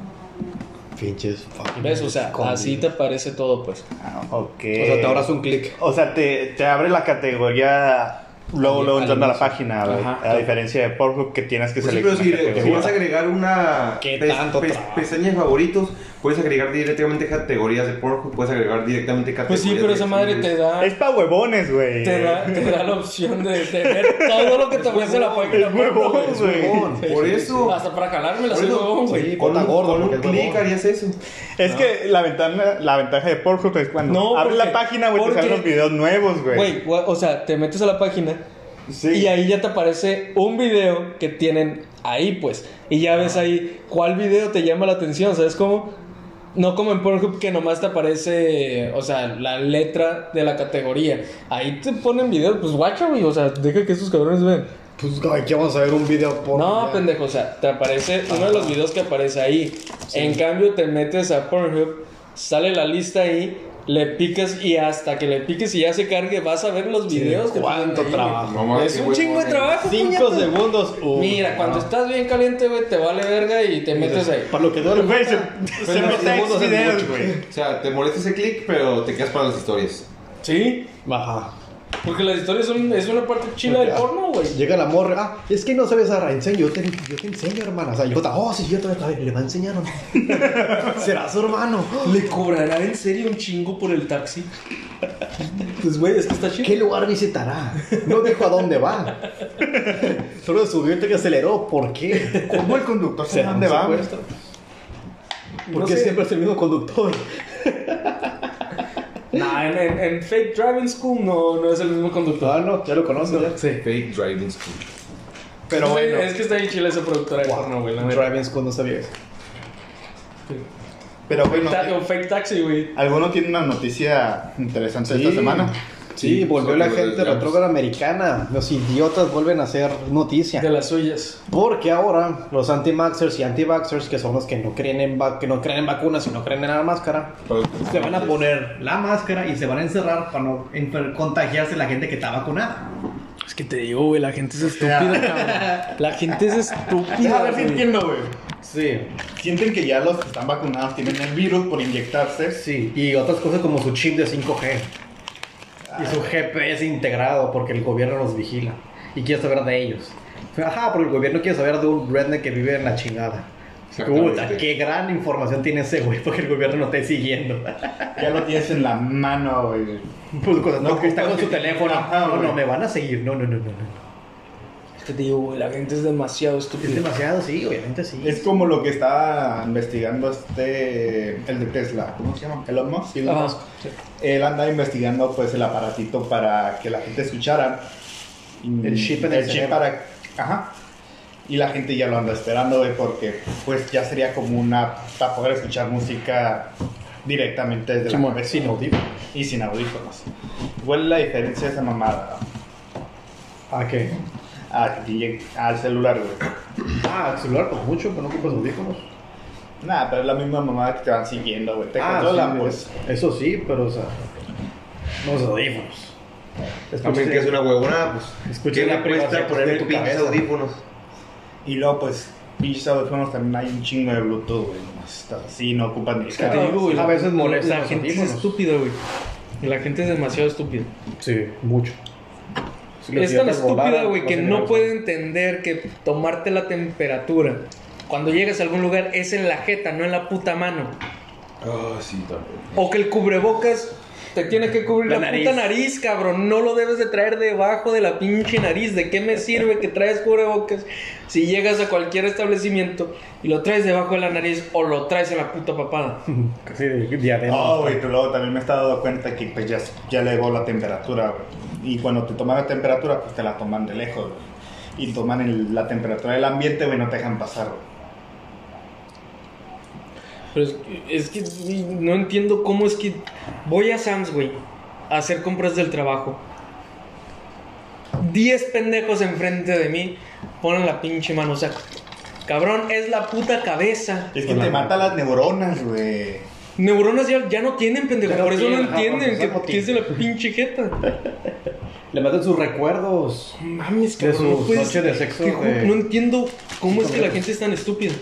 Pinches fucking.
¿Ves? O sea,
Ah, con-
así te aparece todo, pues.
Ah, ok.
O sea, te ahorras un clic.
O sea, te, te abre la categoría luego, luego entrando a la página, güey.
Ajá.
A diferencia de Pornhub que tienes que
Pues sí, pero si,
seleccionar
le- si vas a
categoría.
agregar una
¿Qué
pes-
tanto
pes-
trabajo?
pestaña de favoritos, puedes agregar directamente categorías de Pornhub, puedes agregar directamente categorías
Pues sí, pero
de
esa madre te
singles.
da,
Es pa' huevones, güey.
te da, te da la opción de tener todo lo que te ofrece la página.
Es huevón, güey.
Huevón, Por eso,
Hasta para jalármela,
Por
soy
eso,
huevón, güey.
Sí,
con
con
un,
gordo.
con un
porque es
clic
huevón.
harías eso.
Es que la ventaja, la ventaja de Pornhub es cuando
No,
abres
porque-
la página, güey, te
porque-
salen los videos nuevos, güey.
Güey, o o sea, te metes a la página
Sí.
y ahí ya te aparece un video que tienen ahí, pues. Y ya ves ahí cuál video te llama la atención, ¿sabes cómo? No como en Pornhub que nomás te aparece, o sea, la letra de la categoría. Ahí te ponen videos, pues guacha, güey. O sea, deja que esos cabrones vean.
Pues, güey, ¿qué vamos a ver un video por.
No,
ya?
pendejo, o sea, te aparece uno de los videos que aparece ahí. En cambio, te metes a Pornhub, sale la lista ahí
le picas y hasta que le piques y ya se cargue, vas a ver los videos. que
¿Cuánto
tienen ahí,
trabajo?
No
güey.
mames,
Es
qué eh.
un
huevo,
chingo de
güey.
trabajo.
Cinco
puñetas.
segundos. Uh,
Mira, cuando estás bien caliente, güey, te vale verga y te metes ahí.
Para lo que duele.
Güey, se, se
los
mete a
segundos es
videos,
mucho.
güey.
O sea, te molesta ese click, pero te quedas para las historias.
Sí,
Ajá.
porque las historias son, es una parte chila del
Ah,
porno, güey.
Llega la morra. Ah, es que no sabes a enseño. Yo te, yo te enseño, hermana. O sea, yo, oh, sí, yo te ay, le va a enseñar. hermano. Será su hermano.
¿Le cobrará en serio un chingo por el taxi? Pues, güey, es que está chido.
¿Qué lugar visitará? No dijo a dónde va. Solo subió y que aceleró. ¿Por qué?
¿Cómo el conductor
¿Será un secuestro? ¿Por
No
qué
sé.
siempre es el mismo conductor?
Nah, en, en- en Fake Driving School no, no es el mismo conductor.
Ah, no, ya lo conozco. ya.
Fake driving school.
Pero
Es que-
bueno.
Es que está bien chila esa productora de porno, güey, la neta.
Driving School no sabía eso.
Pero, güey, no,
Ta- o Fake Taxi, güey.
¿alguno tiene una noticia interesante de esta
Sí.
semana?
Sí,
Sí,
volvió la
sobre los
gente
Rams.
retrógrada americana. Los idiotas vuelven a hacer
De
noticia.
las suyas.
Porque ahora los anti-maxers y anti-vaxxers, que son los que no creen en va- que no creen en vacunas y no creen en la máscara, se van a poner.
La máscara y se van a encerrar para no enfer- contagiarse la gente que está vacunada.
Es que te digo, güey, la gente es estúpida, cabrón. La gente es
A
estúpida,
ver si
güey.
entiendo, güey.
Sí,
Sienten que ya los que están vacunados tienen el virus por inyectarse.
sí. Y otras cosas como su chip de 5G y su GPS integrado, porque el gobierno los vigila y quiere saber de ellos. Ajá, porque el gobierno quiere saber de un redneck que vive en la chingada.
Exactamente.
Puta, qué gran información tiene ese güey, porque el gobierno lo está siguiendo.
Ya lo tienes en la mano, güey.
Pues cuando
No,
que está con
porque-
su teléfono.
Ajá,
no,
güey.
no, me van a seguir. No, no, no, no. no.
Es que te digo, güey, la gente es demasiado
Es
estúpida.
demasiado, sí, obviamente sí.
Es como lo que estaba investigando este, el de Tesla, ¿cómo se llama? Elon Musk. Elon
Ajá.
Musk. Él andaba investigando pues el aparatito para que la gente escuchara. Y
El chip en el
chip
cerebro.
para, ajá. Y la gente ya lo anda esperando, güey, porque pues ya sería como una para poder escuchar música directamente desde la
Simón,
cabeza.
sin audífonos.
Y sin audífonos. ¿Cuál es la diferencia de esa mamada?
¿A qué?
Al, al celular, güey.
Ah, el celular, pues mucho, pero no ocupas audífonos.
Nah, pero es la misma mamada que te van siguiendo, güey. Te
Ah,
controlan,
Ah, sí,
pues.
Eso sí, pero o sea. No los audífonos.
También que es una huevona, pues.
Escuché
¿qué
la
le
privacidad
cuesta
que tiene
poner
tu
pinches
cabeza?
audífonos?
Y luego, pues, pinches audífonos también hay un chingo de Bluetooth, güey. nomás está Así no ocupan ni
Es que te digo, güey,
A
la-
veces molestan
La
los
gente es
audífonos.
estúpida, güey. La gente es demasiado estúpida.
Sí, mucho. Si los
es tan
idiotas
estúpida,
volaran,
güey,
no
que
se
no
me-
puede entender que tomarte la temperatura cuando llegas a algún lugar es en la jeta, no en la puta mano.
Ah, sí, también.
O que el cubrebocas te tiene que cubrir la,
La nariz.
puta nariz, cabrón. No lo debes de traer debajo de la pinche nariz. ¿De qué me sirve que traes cubrebocas si llegas a cualquier establecimiento y lo traes debajo de la nariz o lo traes en la puta papada?
Sí, de- diadema.
Oh, güey, pero luego también me he estado dando cuenta que, pues, ya, ya elevó la temperatura, güey. Y cuando te toman la temperatura, pues, te la toman de lejos, güey. Y toman el- la temperatura del ambiente, güey, no te dejan pasar, güey.
Pero es, es que güey, no entiendo cómo es que voy a Sam's, güey, a hacer compras del trabajo. Diez pendejos enfrente de mí ponen la pinche mano. O sea, cabrón, es la puta cabeza.
Es que te mata las neuronas, güey.
Neuronas ya, ya no tienen, pendejo.
Ya no
Por eso no
tienen, ajá,
entienden
porque
que,
son motivos.
que es de la pinche jeta.
Le matan sus recuerdos. pues,
Mames,
De
cabrón.
su
No, puedes-
noche de sexo.
te
de-
ju- no entiendo cómo es que la gente es tan estúpida.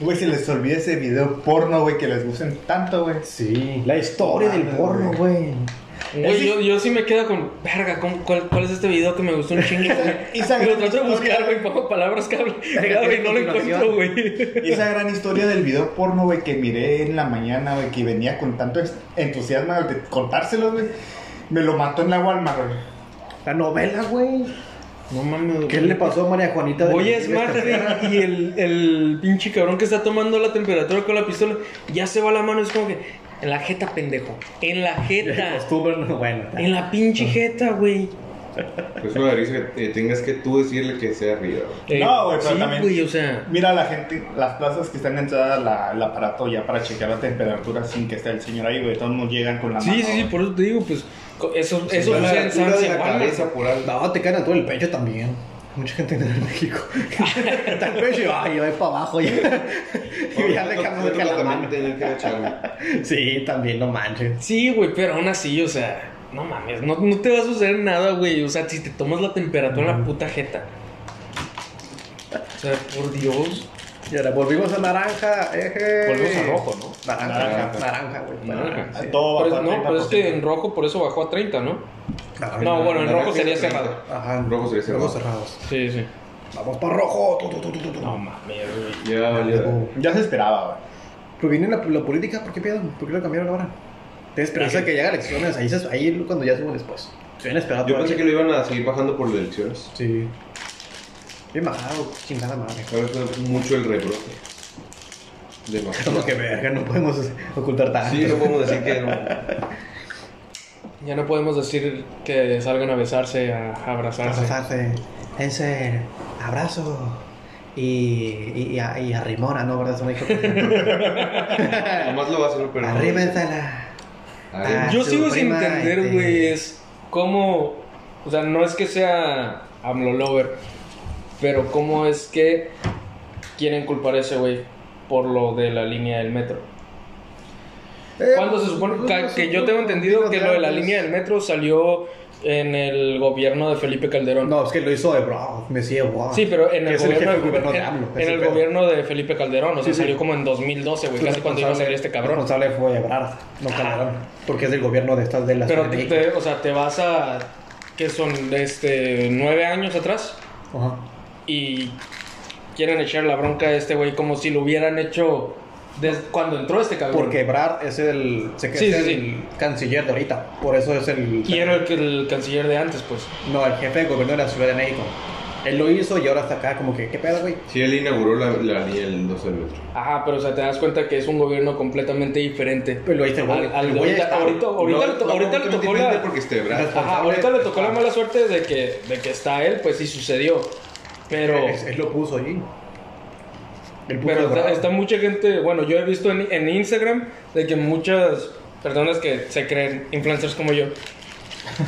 Güey, se les olvida ese video porno, güey, que les gusten tanto, güey.
Sí, la historia del porno, güey.
Ah, Güey, yo, yo sí me quedo con, verga, ¿cómo- cuál, cuál es este video que me gustó un chingo?
Y
y
esa-
lo trato de buscar, güey, pongo palabras clave clave y no lo encuentro, güey.
Esa gran historia del video porno, güey, que miré en la mañana, güey, que venía con tanto es- entusiasmo de contárselo, güey. Me lo mató en la Walmart, güey.
La novela, güey.
No mames, güey.
¿Qué le pasó a María Juanita? de
Hoy
los
es
Tigres
martes
Terceras?
y el, el pinche cabrón que está tomando la temperatura con la pistola ya se va la mano. Es como que en la jeta, pendejo. En la
De
jeta.
costumbre, no, bueno.
En la pinche jeta, güey.
Es una delicia que eh, tengas que tú decirle que sea arriba. güey.
Eh,
No, güey, pero
sí,
también-
güey, o sea.
Mira la gente, las plazas que están entrada la, el aparato ya para checar la temperatura sin que esté el señor ahí, güey. Todos nos llegan con la
Sí,
mano.
sí, sí,
güey.
por eso te digo, pues. co- Eso, eso
la
usa en
altura
Sam's
de
y
la
Walmart.
cabeza por algo.
No, te caen a todo el pecho también. Mucha gente en México. Está el pecho y yo, ay, yo voy para abajo. Ya. y ya le cambió el calamar.
Tener que agacharme.
Sí, también, no manches.
Sí, güey, pero aún así, o sea, no mames, no, no te va a suceder nada, güey. O sea, si te tomas la temperatura en la puta jeta. O sea, por Dios.
Y ahora volvimos a naranja. Eje.
Volvemos a rojo, ¿no?
Naranja, naranja, naranja, güey. Naranja.
A Todo
Por
bajo
eso-
a
no, pero es
30%.
que en rojo por eso bajó a 30, ¿no? No, bueno, en rojo sería cerrado.
Ajá,
En rojo sería cerrado.
Ojos cerrados.
Sí, sí.
Vamos para rojo. Tu, tu, tu, tu, tu, tu.
No mames, güey.
Ya valió.
Ya se esperaba,
Pero Pues viene la, la política, ¿por qué pedo? ¿Por qué lo cambiaron ahora? Tienes esperanza de que llegue a elecciones, ahí, se- ahí es cuando ya suben después. Se viene esperando.
Yo pensé que lo iban a seguir bajando por las elecciones.
Sí. Bien bajado, chingada madre.
Ahora fue mucho el rebrote.
Como
Demasiado.
que verga, no podemos ocultar tanto.
Sí, no podemos decir que no.
Ya no podemos decir que salgan a besarse, a, a abrazarse.
Abrazarse. Dense abrazo. Y, y, y, a, y a Rimona, ¿no? ¿Verdad? Eso me dijo que-
Nomás lo va a hacer, pero. no.
Arrímensela.
Arrímensela.
Yo
su
sigo sin
prima,
entender,
este-
güey, es cómo. O sea, no es que sea AMLO Lover, pero cómo es que quieren culpar a ese güey por lo de la línea del metro.
Eh,
Cuando
pues,
se supone ca- que, yo tengo entendido que lo de la línea del metro salió en el gobierno de Felipe Calderón.
No, es que lo hizo de bro, me decía, wow.
Sí, pero en
Que
el,
es el
gobierno,
jefe del gobierno
en-
de AMLO,
en
ese
el
pedo.
gobierno de Felipe Calderón, o sea,
Sí, sí.
salió como en 2012, güey, casi cuando iba a salir este
El
cabrón. Ah,
responsable fue Ebrard, no Calderón. Porque es del gobierno de estas de las.
Pero, te, te- o sea, te vas a. que son? Este. nueve años atrás.
Ajá.
Y. quieren echar la bronca a este güey como si lo hubieran hecho. Desde cuando entró este cabrón.
Porque Ebrard es el, se-
Sí,
es
sí,
el
sí.
canciller de ahorita. Por eso es el.
Y era el, que- el canciller de antes, pues.
No, el jefe de gobierno de la Ciudad de México. Él lo hizo y ahora está acá, como que, ¿qué pedo, güey?
Sí, él inauguró la, la línea del 12 del metro.
Ajá, pero o sea, te das cuenta que es un gobierno completamente diferente.
Pero lo hizo el güey.
Al- al
El
de
güey
ahorita,
está-
ahorita, ahorita,
No,
le to-
no,
ahorita le
completamente
tocó
diferente
la.
Porque este brazo.
Ajá, ahorita le tocó la mala suerte de que, de que está él, pues sí sucedió. Pero.
Él, él lo puso allí. Él puso
Pero está,
Ebrard.
está mucha gente, bueno, yo he visto en, en Instagram de que muchas personas que se creen influencers como yo,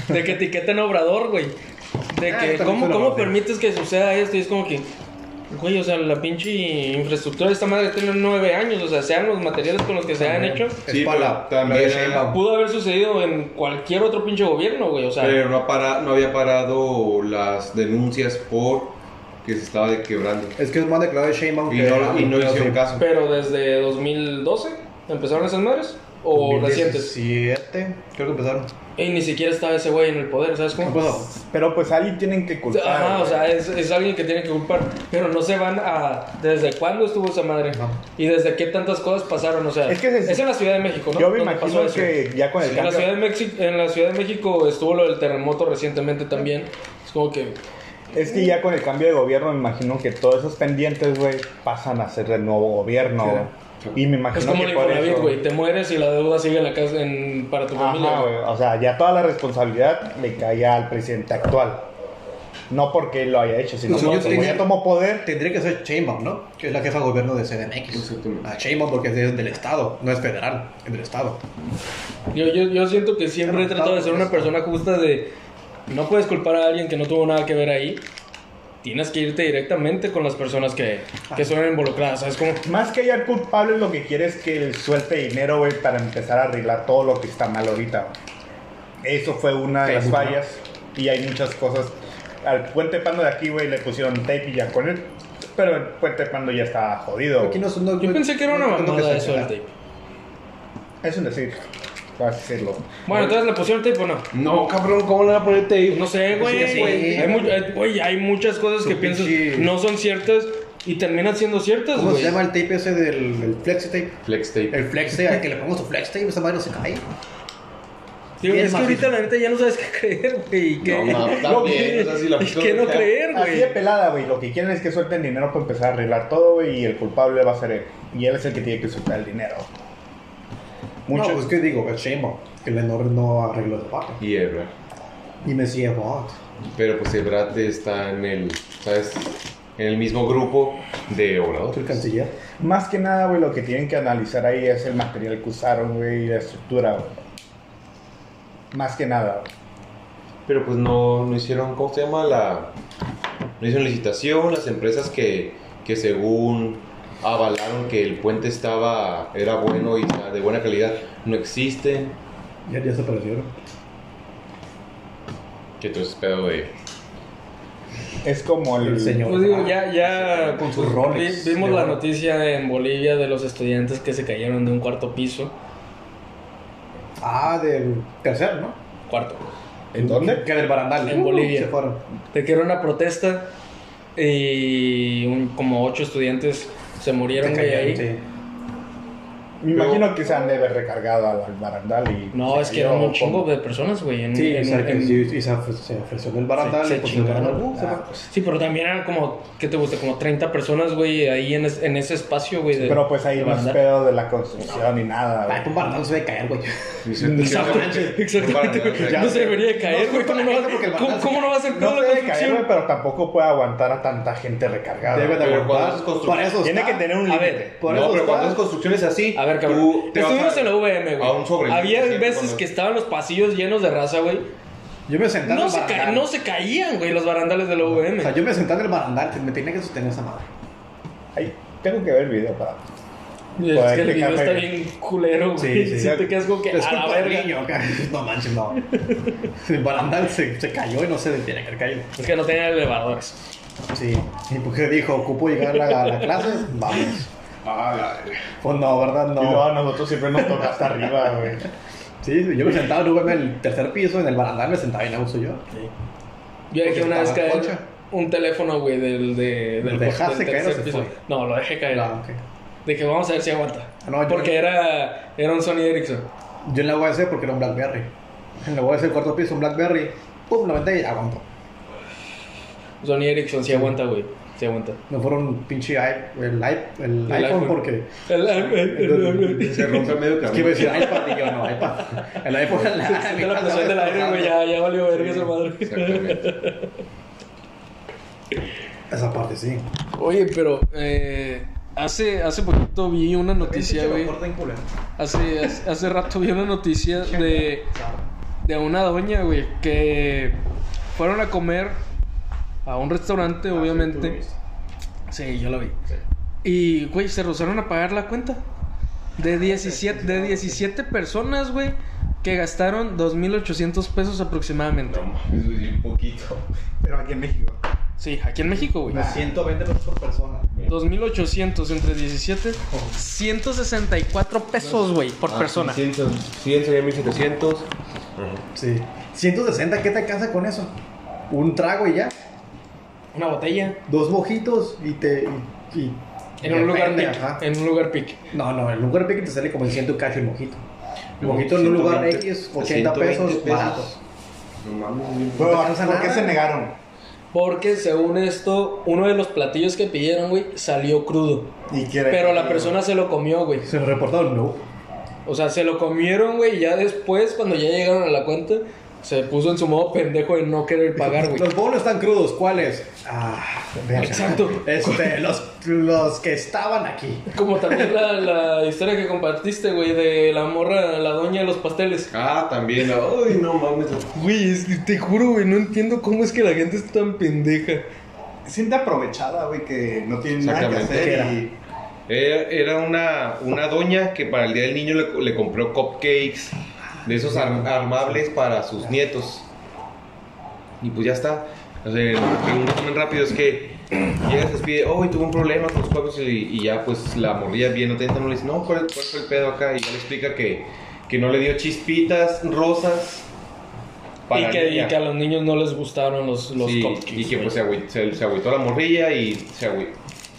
de que etiquetan a Obrador, güey. De
Ah,
que,
también
¿cómo,
fue
cómo
Obrador.
permites que suceda esto? Y es como que, güey, o sea, la pinche infraestructura de esta madre tiene nueve años, o sea, sean los materiales con los que se han hecho,
Sí,
Es para
pero
la-
también-
la de Sheinbaum.
pudo haber sucedido en cualquier otro pinche gobierno, güey, o sea.
Pero no, ha para- no había parado las denuncias por que se estaba de- quebrando.
Es que es más declarado de Sheinbaum
Y
que
no, y no
pero
hicieron
sí.
caso.
Pero desde 2012 empezaron esas madres, o recientes.
2017, creo que empezaron.
Y ni siquiera estaba ese güey en el poder, ¿sabes cómo?
¿Qué pasó?
Pero pues alguien tienen que culpar.
Ajá, o
güey.
sea, es, es alguien que tiene que culpar, pero no se van a... ¿Desde cuándo estuvo esa madre?
No.
¿Y desde qué tantas cosas pasaron? O sea,
Es que se-
en la Ciudad de México, ¿no?
Yo me
¿Dónde pasó
imagino
eso?
que ya con el
En la,
cambio.
Ciudad de México, en la Ciudad de México estuvo lo del terremoto recientemente también. Es como que...
Es que ya con el cambio de gobierno me imagino que todos esos pendientes, güey, pasan a ser del nuevo gobierno. güey. Y me imagino
Es como
Ah, que
el
por
Infonavit,
eso-
güey. Te mueres y la deuda sigue en la casa en- para tu familia.
Ajá,
güey.
güey. O sea, ya toda la responsabilidad le caía al presidente actual. No porque él lo haya hecho, sino
No, yo
porque como
tenía-
ya tomó poder.
Tendría que ser Sheinbaum, ¿no? Que es la jefa de gobierno de CDMX.
Exactamente.
A Sheinbaum Ah, porque es del Estado, no es federal, es del Estado.
Yo, yo, yo siento que siempre he
Pero,
tratado de ser una
eso.
persona justa de... No puedes culpar a alguien que no tuvo nada que ver ahí. Tienes que irte directamente con las personas que, que son involucradas, ¿sabes? Como,
Más que hallar culpables, lo que quiere es que él suelte dinero, güey, para empezar a arreglar todo lo que está mal ahorita. güey. Eso fue una de las
Facebook, ¿no?
fallas. Y hay muchas cosas. Al puente pando de aquí, güey, le pusieron tape y ya con él. Pero el puente pando ya está jodido. güey.
Aquí no son- no-
Yo
no-
pensé que era una
no- no
mamada
se
eso del
entera.
tape.
Es un decir. Por así decirlo.
Bueno, entonces le pusieron tape o no.
No, cabrón, ¿cómo le van a poner tape?
No sé, güey.
Pues Sí, sí.
Hay, mu- eh, güey, hay muchas cosas que
Su
piensas
pinche-
no son ciertas y terminan siendo ciertas,
¿Cómo
güey.
se llama el tape ese del, del flex tape?
Flex tape.
El flex tape, al que le pongo su flex tape, esa madre no se cae.
Digo,
Bien
es que
macizo.
ahorita la neta ya no sabes qué creer, güey. y
No,
qué-
no, está bien, o sea, si la
y qué no
ya-
creer,
Así de
güey.
pelada, güey. Lo que quieren es que suelten dinero para empezar a arreglar todo, güey. Y el culpable va a ser él. Y él es el que tiene que soltar el dinero. Mucho.
No, pues que digo, es Sheinbaum, que el enorme no arregló esa parte.
Y Ebrard.
Y me decía, what?
Pero pues Ebrard está en el, ¿sabes? En el mismo grupo de Obrador.
El canciller.
Más que nada, güey, lo que tienen que analizar ahí es el material que usaron, güey. Y la estructura, güey. Más que nada, güey.
Pero pues no, no hicieron, ¿cómo se llama? La, no hicieron licitación, las empresas que, que según avalaron que el puente estaba, era bueno y está de buena calidad, no existen.
Ya, ya se aparecieron.
Que todo es pedo de...
Es como el,
El señor.
Pues digo, ya, ya
Con sus
vi-
roles.
vimos
De
la
oro.
noticia en Bolivia de los estudiantes que se cayeron de un cuarto piso.
Ah, del tercer, ¿no?
Cuarto.
¿En dónde?
Que del barandal.
En
Uh,
Bolivia.
Se fueron.
De que era una protesta y un- como ocho estudiantes se murieron
Se
de ahí.
cayeron, sí.
Me imagino que se han de haber recargado al, al barandal y.
No, es que eran un chingo de personas, güey. en-
Sí,
en-
exacto,
en-
sí, y se ofre- se ofreció en el barandal.
Se- se
pues,
chingaron.
el barandal, uh, se
Ah,
fue.
Sí, pero también eran como, ¿qué te gusta? Como 30 personas, güey, ahí en, es- en ese espacio, güey. de-
Pero pues ahí
de
no es
banda.
pedo de la construcción ni nada,
Ay,
güey.
un barandal se debe caer, güey.
Exacto, exactamente. güey. No se debería de caer, güey. ¿Cómo, no va-
porque el
cómo-
balance-
cómo no va a ser pedo
No
la
puede caer,
construcción?
güey, pero tampoco puede aguantar a tanta gente recargada.
Debe de
pero
aguantar.
cuando es construcción-
Para eso
Tiene
está.
que tener un
A ver,
límite.
Por
no,
eso
pero
está.
cuando es construcciones así,
A ver,
tú
cabrón.
te vas
Estuvimos
a-
en la VM,
a un
güey.
sobrellito,
Había
siempre
veces
cuando-
que estaban los pasillos llenos de raza, güey.
Yo me senté en
No
el
se, ca-
barandal.
no se caían, güey, los barandales de la VM.
O sea, yo me senté en el barandal, me tenía que sostener esa madre.
Ahí tengo que ver el video para.
es que el video
explicarme
está
bien.
bien culero, güey.
Sí, sí.
Si te quedas como que
Es
a la
culpa del
verga.
niño, acá. No manches, no. El barandal se, se cayó y no se detiene que cayó.
Es que no tenían elevadores.
Sí. Y porque dijo, ocupo llegar a la, a la clase, vamos.
Ah,
Pues no, ¿verdad?
no. Y luego
No.
a nosotros siempre nos toca hasta arriba, güey.
Sí, sí, yo me sentaba en UVM en el tercer piso, en el barandal me sentaba y la uso yo.
Yo
Porque
dejé una vez
estaba
caer
concha.
un teléfono, güey, del, de, del
¿Lo dejaste
del
caer o
tercer
se
piso.
fue?
No, lo dejé caer.
Ah, ok.
De que vamos a ver si aguanta.
Ah, no, yo-
Porque era, era un Sony Ericsson.
Yo en la UAS porque era un Blackberry. En la UAS el cuarto piso, un Blackberry. Pum, lo aventé y aguantó.
Sony Ericsson sí aguanta, güey. Sí aguanta.
No fueron un pinche i- el, i- el iPhone,
iPhone.
porque...
El, el, el- el-
se rompe a medio
Es que iba a
camino.
decir iPad y yo no, iPad. El iPhone en la,
de la presión del aire, güey, ya, ya valió verga esa madre.
Exactamente.
Esa parte sí.
Oye, pero eh, hace, hace poquito vi una noticia, güey. Hace, hace, hace rato vi una noticia de, de una doña, güey, que fueron a comer a un restaurante, obviamente. Sí, yo la vi. Y, güey, se rehusaron a pagar la cuenta. De 17, de 17 personas, güey, que gastaron 2.800 pesos aproximadamente.
No, mames, güey, un poquito.
Pero aquí en México.
Sí, aquí en México, güey.
120 Ah, pesos por persona. Oh.
2.800 entre 17, 164 pesos, güey, por
Ah,
persona.
100, 100 sería 1700.
Sí. 160, ¿qué te alcanza con eso? Un trago y ya.
Una botella.
Dos mojitos y te... y- y-
En un lugar
depende,
pic.
ajá.
En un lugar pic.
No, no, en un lugar pique te sale como en 100 y cacho el mojito. El mojito en un lugar
120,
X, 80
120
pesos, barato.
No mames, güey.
Pero,
te cansa
¿Por qué
nada.
se negaron?
Porque según esto, uno de los platillos que pidieron, güey, salió crudo.
Y quiere-
Pero la persona se lo comió, güey.
Se lo reportaron, no.
O sea, se lo comieron, güey, y ya después, cuando ya llegaron a la cuenta, se puso en su modo pendejo de no querer pagar, güey.
Los bonos están crudos, ¿cuáles? Ah, vean.
Exacto.
Este, los, los que estaban aquí.
Como también la, la historia que compartiste, güey, de la morra, la doña de los pasteles.
Ah, también. Ay, no mames.
Güey, es que te juro, güey, no entiendo cómo es que la gente es tan pendeja.
Siente aprovechada, güey, que no tiene nada que
Exactamente.
hacer. Y...
Era, era una, una doña que para el día del niño le, le compró cupcakes de esos ar- armables para sus nietos. Y pues ya está. O sea, el- un resumen rápido es que llega, se pide, oh, y tuvo un problema con los cupcakes y, y ya pues la morrilla bien atenta no le dice, no, ¿cuál, cuál fue el pedo acá? Y ya le explica que, que no le dio chispitas rosas
Y
la
que, y
niña.
que a los niños no les gustaron los, los
Sí,
cupcakes,
Y que
güey.
pues se agüitó, se, se agüitó la morrilla y se agüi-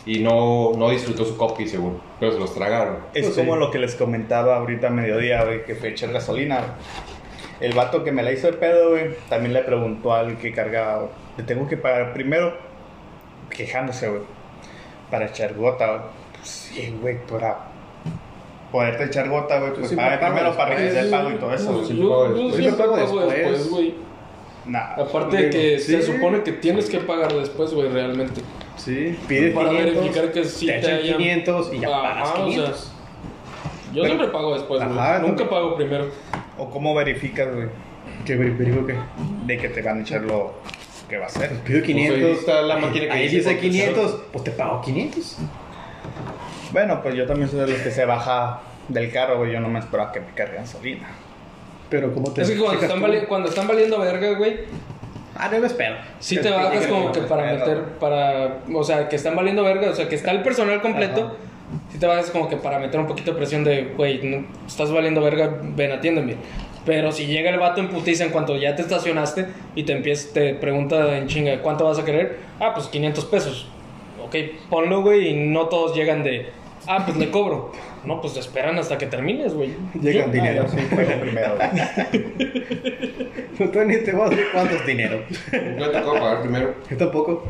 Y no, no disfrutó su cupcake según. Pero se los tragaron.
Es como lo que les comentaba ahorita a mediodía, güey, que fue echar gasolina. güey. El vato que me la hizo de pedo, güey, también le preguntó al que cargaba, güey, le tengo que pagar primero, quejándose, güey, para echar gota, güey. Pues sí, güey, para poderte echar gota, güey, pues
sí me
paga
pago
primero para
después.
regresar el pago y todo
Yo-
eso, güey.
yo- yo
Yo
sí
lo
te
pago
pago
después.
después, güey.
Nah.
Aparte de que
Sí.
se supone que tienes que pagar después, güey, realmente.
Sí. Pides
Para
500,
verificar que sí
te
te
echan
hayan-
500 y ya
Ajá,
pagas
o sea,
500.
Yo siempre pago después, güey.
Ajá,
Nunca
no-
pago primero.
O cómo verificas, güey,
¿Qué verifico qué?
de que te van a echar lo, ¿qué va a hacer?
pues
Pido 500.
ahí está la máquina que
ahí
dice
dice
cuánto es.
500. Pues te pago 500.
Bueno, pues yo también soy de los que se baja del carro, güey. Yo no me esperaba que me cargue gasolina.
Pero como te.
Es que cuando
fijas
están,
tú?
vali- cuando están valiendo verga, güey,
Ah, no me espero.
sí
Es
te
que
bajas
llegan
como
y
que
los
para
esperan.
meter, para, o sea, que están valiendo verga, o sea, que está el personal completo, sí te bajas como que para meter un poquito de presión de, güey, no- estás valiendo verga, ven, atiéndeme. Pero si llega el vato en putiza en cuanto ya te estacionaste y te empieza, te pregunta en chinga, ¿cuánto vas a querer? Ah, pues 500 pesos. Ok, ponlo, güey, y no todos llegan de, ah, pues le cobro. No, pues te esperan hasta que termines, güey.
Ah,
Llegan dinero.
Ah,
Yo sí juego primero. güey.
Tú ni te vas a decir cuántos dinero.
Yo te acabo de pagar primero.
Yo tampoco.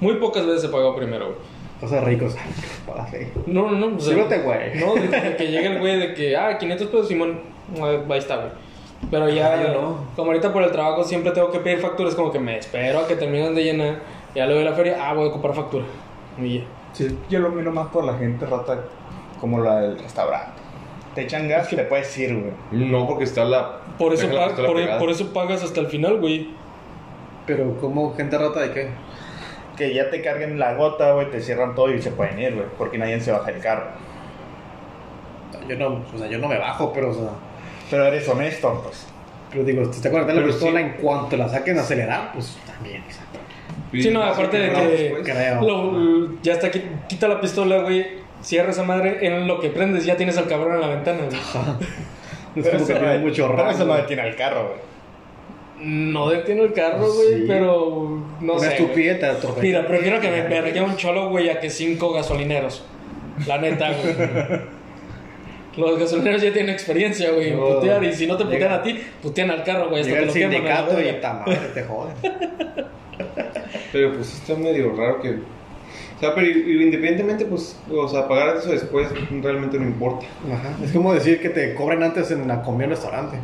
Muy pocas veces se pagó primero, güey.
Cosas ricos. Ay, qué padre.
No, no, no. o sea,
Súbete, güey.
No, de, de que llegue el güey de que, ah, 500 pesos, Simón. eh, Ahí está, güey. Pero ya,
Ah, yo no.
como ahorita por el trabajo siempre tengo que pedir facturas, como que me espero a que terminen de llenar. Ya le doy la feria, ah, voy a comprar factura. Y ya.
Sí, yo lo miro más por la gente rata como la del restaurante. Te echan gas, te puedes ir, güey.
No, porque está la.
Por eso,
deja la
pa-
pistola
por, e-,
pegada.
por eso pagas hasta el final, güey.
Pero como gente rata de qué?
Que ya te carguen la gota, güey, te cierran todo y se pueden ir, güey. Porque nadie se baja del carro.
Yo no, o sea, yo no me bajo, pero o sea,
Pero eres honesto, pues.
pero digo, si te acuerdas de la
Pero
pistola
sí.
en cuanto la saquen a acelerar, pues también, o sea,
Sí, no, aparte de
pues,
que-
creo.
Pues, Lo- ya está, qui- quita la pistola, güey. Cierra esa madre, en lo que prendes ya tienes al cabrón en la ventana, güey.
es como que tiene mucho
pero eso no
rango.
detiene al carro, güey.
No detiene el carro, güey,
Sí.
pero no
Una
sé. güey.
estupidez te atropella.
Mira, prefiero que me pergue un cholo, güey, a que cinco gasolineros. La neta, güey. Los gasolineros ya tienen experiencia, güey, en
No.
putear. Y si no te putean
Llega-
a ti, putean al carro, güey. Hasta
Llega
te
el
lo queman. a la
sindicato
verga.
y ta madre, te joden.
Pero pues sí está medio raro que. O sea, pero i- independientemente, pues, o sea, pagar antes o después realmente no importa.
Ajá. Es como decir que te cobren antes en la comida o restaurante.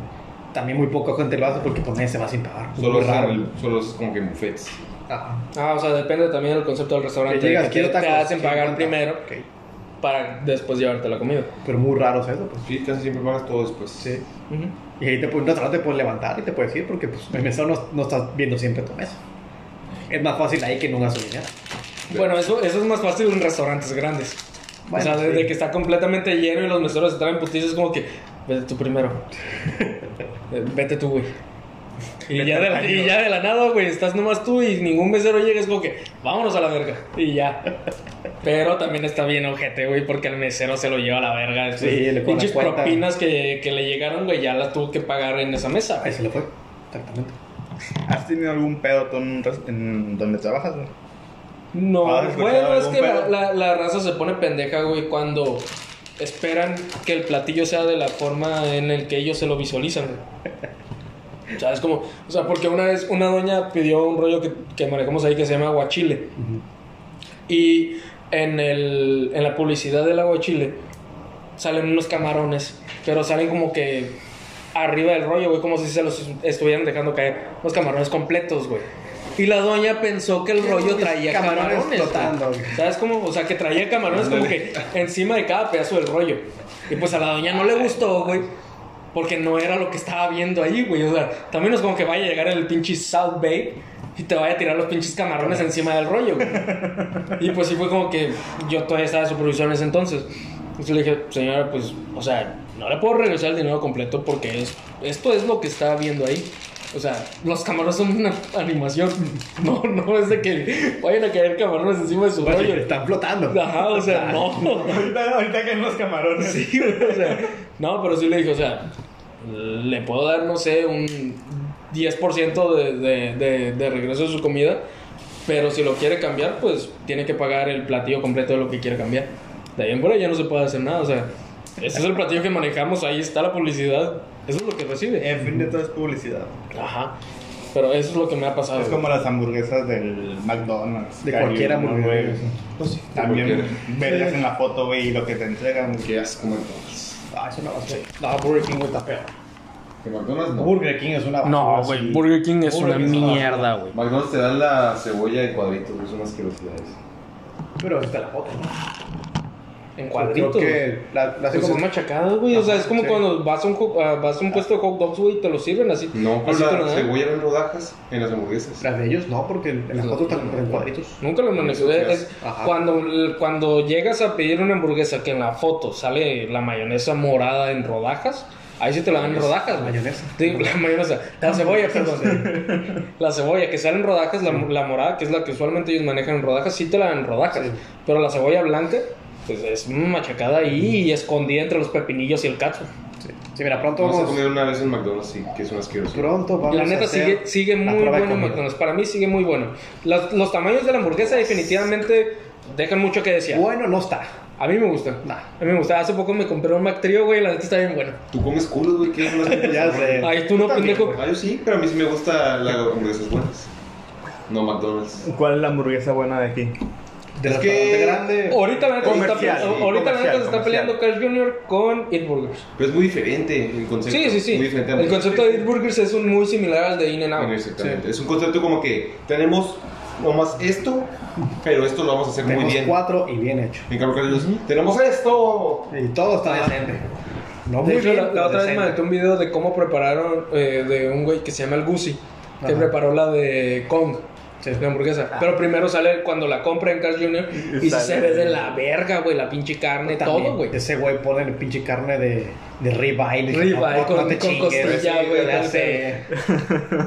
También muy poca gente lo hace porque pues nadie se va sin pagar. Es
Solo
muy
es,
raro.
en el- solo es como que en buffets.
Ajá.
Ah, o sea, depende también del concepto del restaurante.
Que llegas,
te-
quiero
te,
tacos.
hacen pagar
50.
primero
Ok.
para después llevarte la comida.
Pero muy raro es eso, pues.
Sí, casi siempre pagas todo después.
Sí.
Ujú.
Y ahí te puedes, no, te puedes levantar y te puedes ir porque pues, el mesero no, no estás viendo siempre tu mesa. Es más fácil ahí que en un gasolinera.
Bueno, eso, eso es más fácil en restaurantes grandes.
Bueno,
o sea, desde
sí.
que está completamente lleno y los meseros están en putiza, es como que, vete tú primero. Eh, vete tú, güey. Y, ya de la, y ya de la nada, güey, estás nomás tú y ningún mesero llega, es como que, vámonos a la verga. Y ya. Pero también está bien ojete, güey, porque el mesero se lo lleva a la verga. Después,
Sí, le- con la
pinches
cuenta.
propinas que, que le llegaron, güey, ya las tuvo que pagar en esa mesa.
Ahí se le fue. Exactamente.
¿Has tenido algún pedo tú en, un res- en donde trabajas, güey?
No,
¿Has escuchado
bueno, es
algún
que la,
pedo?
la- la raza se pone pendeja, güey, cuando esperan que el platillo sea de la forma en el que ellos se lo visualizan, güey. O sea, es como, o sea, porque una vez una doña pidió un rollo que, que manejamos ahí que se llama aguachile. Y en, el, en la publicidad del aguachile salen unos camarones, pero salen como que arriba del rollo, güey, como si se los estuvieran dejando caer. Los camarones completos, güey. Y la doña pensó que el rollo traía
camarones
camarones. güey.
flotando, güey.
¿Sabes cómo? O sea, que traía camarones como que encima de cada pedazo del rollo. Y pues a la doña no le gustó, güey. Porque no era lo que estaba viendo ahí, güey. O sea, también es como que vaya a llegar el pinche South Bay y te vaya a tirar los pinches camarones encima del rollo, güey. Y pues sí fue como que yo todavía estaba de supervisión en ese entonces. Entonces le dije, señora, pues, o sea, no le puedo regresar el dinero completo porque es, esto es lo que está viendo ahí. O sea, los camarones son una animación. No, no es de que vayan a caer camarones encima de su rollo.
Oye, están flotando.
Ajá, o sea, no.
Ahorita, ahorita que en los camarones.
Sí, güey, o sea, no, pero sí le dije, o sea, le puedo dar, no sé, un 10% de, de, de, de regreso de su comida, pero si lo quiere cambiar, pues tiene que pagar el platillo completo de lo que quiere cambiar. De ahí en fuera ya no se puede hacer nada, o sea, ese es el platillo que manejamos, ahí está la publicidad, eso es lo que recibe.
En fin, de todo es publicidad.
Ajá, pero eso es lo que me ha pasado.
Es como las hamburguesas del McDonald's.
Ah, De cualquier
Caribe,
hamburguesa.
güey. pues También verlas en la foto, güey, y lo que te entregan. güey.
Que ya se comen todos.
Ah, eso no va a ser. No, Burger King güey, está feo.
Que McDonald's no.
Burger King es una basura, sí.
Ah, Burger King es
Burger King es una
güey.
McDonald's te dan la cebolla en cuadritos, que son asquerosidades.
Pero está la foto, ¿no?
en
Creo
cuadritos. güey.
que la, la hace
Pues es
como-
machacado, güey. O sea,
Ajá,
es como
sí.
cuando vas a un, ho- ah, vas a un puesto de hot dogs, güey, y te lo sirven así.
No, pero
así con
la
nada.
cebolla en rodajas en las hamburguesas.
Las de ellos no, porque en las
No,
fotos están
no,
en
no.
cuadritos.
Nunca lo manejo.
Eso,
Es-
ajá.
cuando, cuando llegas a pedir una hamburguesa que en la foto sale la mayonesa morada en rodajas, ahí sí te la dan en rodajas. güey.
Mayonesa.
Sí, la mayonesa. La cebolla, perdón. la cebolla que sale en rodajas, la, la morada, que es la que usualmente ellos manejan en rodajas, sí te la dan en rodajas. Pero la cebolla blanca, pues es machacada ahí y escondida entre los pepinillos y el cacho.
Sí, mira, pronto
Vamos a
vamos,
comer una vez en McDonald's, sí, que es una asquerosa.
pronto vamos
La neta
a hacer
sigue, sigue
la
muy
prueba de
bueno
comida.
McDonald's. Para mí sigue muy bueno. Las- los tamaños de la hamburguesa definitivamente dejan mucho que desear.
Bueno, no está.
A mí me gusta. A mí me gusta. Hace poco me compré un Mac Trio, güey. La neta está bien bueno.
Tú comes culos, güey, que es más
Ya sé.
Ay, tú no, pendejo.
Ah, yo sí, pero a mí sí me gusta las hamburguesas buenas. No McDonald's.
¿Cuál es la hamburguesa buena de aquí?
Del
Es
restaurante
que-
grande.
Ahorita la neta se está,
Comercial,
pe-
sí,
ahorita la neta se está
comercial,
peleando Cash Jr. con Eat Burgers.
Pero es muy diferente el concepto.
Sí, sí, sí.
Muy diferente a
El
McDonald's.
concepto de Eat Burgers es un muy similar al de In and
Bueno,
Out.
exactamente. Es un concepto como que tenemos nomás esto, pero esto lo vamos a hacer muy
Tenemos
bien.
cuatro y bien hecho.
En cambio, Carlos, tenemos esto.
Y todo está decente. No muy
Ah. De hecho,
bien,
la, la
pero
otra vez me
decente.
aventé un video de cómo prepararon eh, de un güey que se llama el Gucci, que
Ajá.
preparó la de Kong.
Sí. Ah.
La hamburguesa. Pero primero sale cuando la compra en Cash Jr. Y,
sale.
se ve de la verga, güey, la pinche carne,
También,
todo, güey.
Ese güey pone el pinche carne de, de ribeye. le dije,
Ribeye
no, no,
eh, con-
no te
con
chingues,
costilla,
sí,
güey,
le
tal
hace-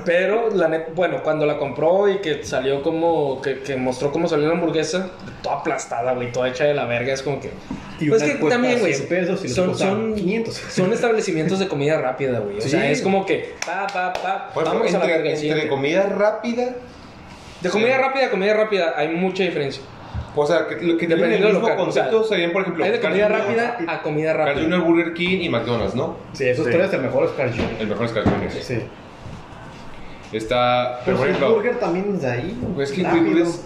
Pero, la neta, bueno, cuando la compró y que salió como, que, que mostró cómo salió la hamburguesa, toda aplastada, güey, toda hecha de la verga, es como que...
Y
Pues
una
que
cuesta
también, güey,
100 pesos y le
son,
costaba
son,
500.
son establecimientos de comida rápida, güey. O
Sí.
sea, es como que, pa, pa, pa,
Bueno,
vamos a la verga.
entre,
siguiente.
entre comida rápida,
de comida rápida a comida rápida hay mucha diferencia.
o sea, que, lo que tienen el
Dependiendo del
mismo
local. o sea,
concepto serían, por ejemplo,
hay de comida
Carl Jr.,
rápida a comida
Carl
rápida.
Jr., Burger King y McDonald's, ¿no?
Sí, esos
Sí.
tres el mejor es Carl Jr.
El mejor es Carl Jr.
Sí.
Está, pero
Pero
por
el
ejemplo,
burger también es de ahí.
pues es que
rápido.
Burger es,
es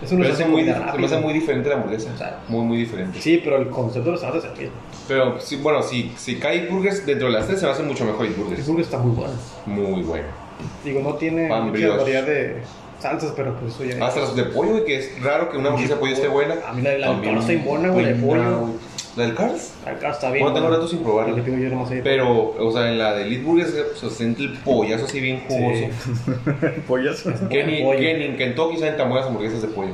pero
un
es
restaurante
muy,
muy
dif- se me hace
rápido.
muy diferente la hamburguesa. Muy, muy diferente.
Sí, pero el concepto de los restaurantes es el mismo.
Pero, sí, bueno, si, si cae Burgers dentro de las tres, se me hace mucho mejor el
El
Burgers.
burger está muy bueno.
Muy bueno.
Digo, no tiene
Pan Ah,
mucha
brioche.
variedad de salsas, pero pues eso ya
Hasta las de pollo, güey, que es raro que una hamburguesa de pollo esté buena.
A mí la de la
También
Carl está bien buena, güey, la de
buena,
pollo.
güey. ¿La del Carl's?
Acá está bien.
Bueno, tengo
bueno.
rato sin probarla.
Y le pido yo nomás ahí.
Pero, o sea, en la de Litburger se, se siente el pollazo así bien jugoso.
Pollas.
Que, ni,
Pollo.
que ni en Kentucky saben tan buenas hamburguesas de pollo.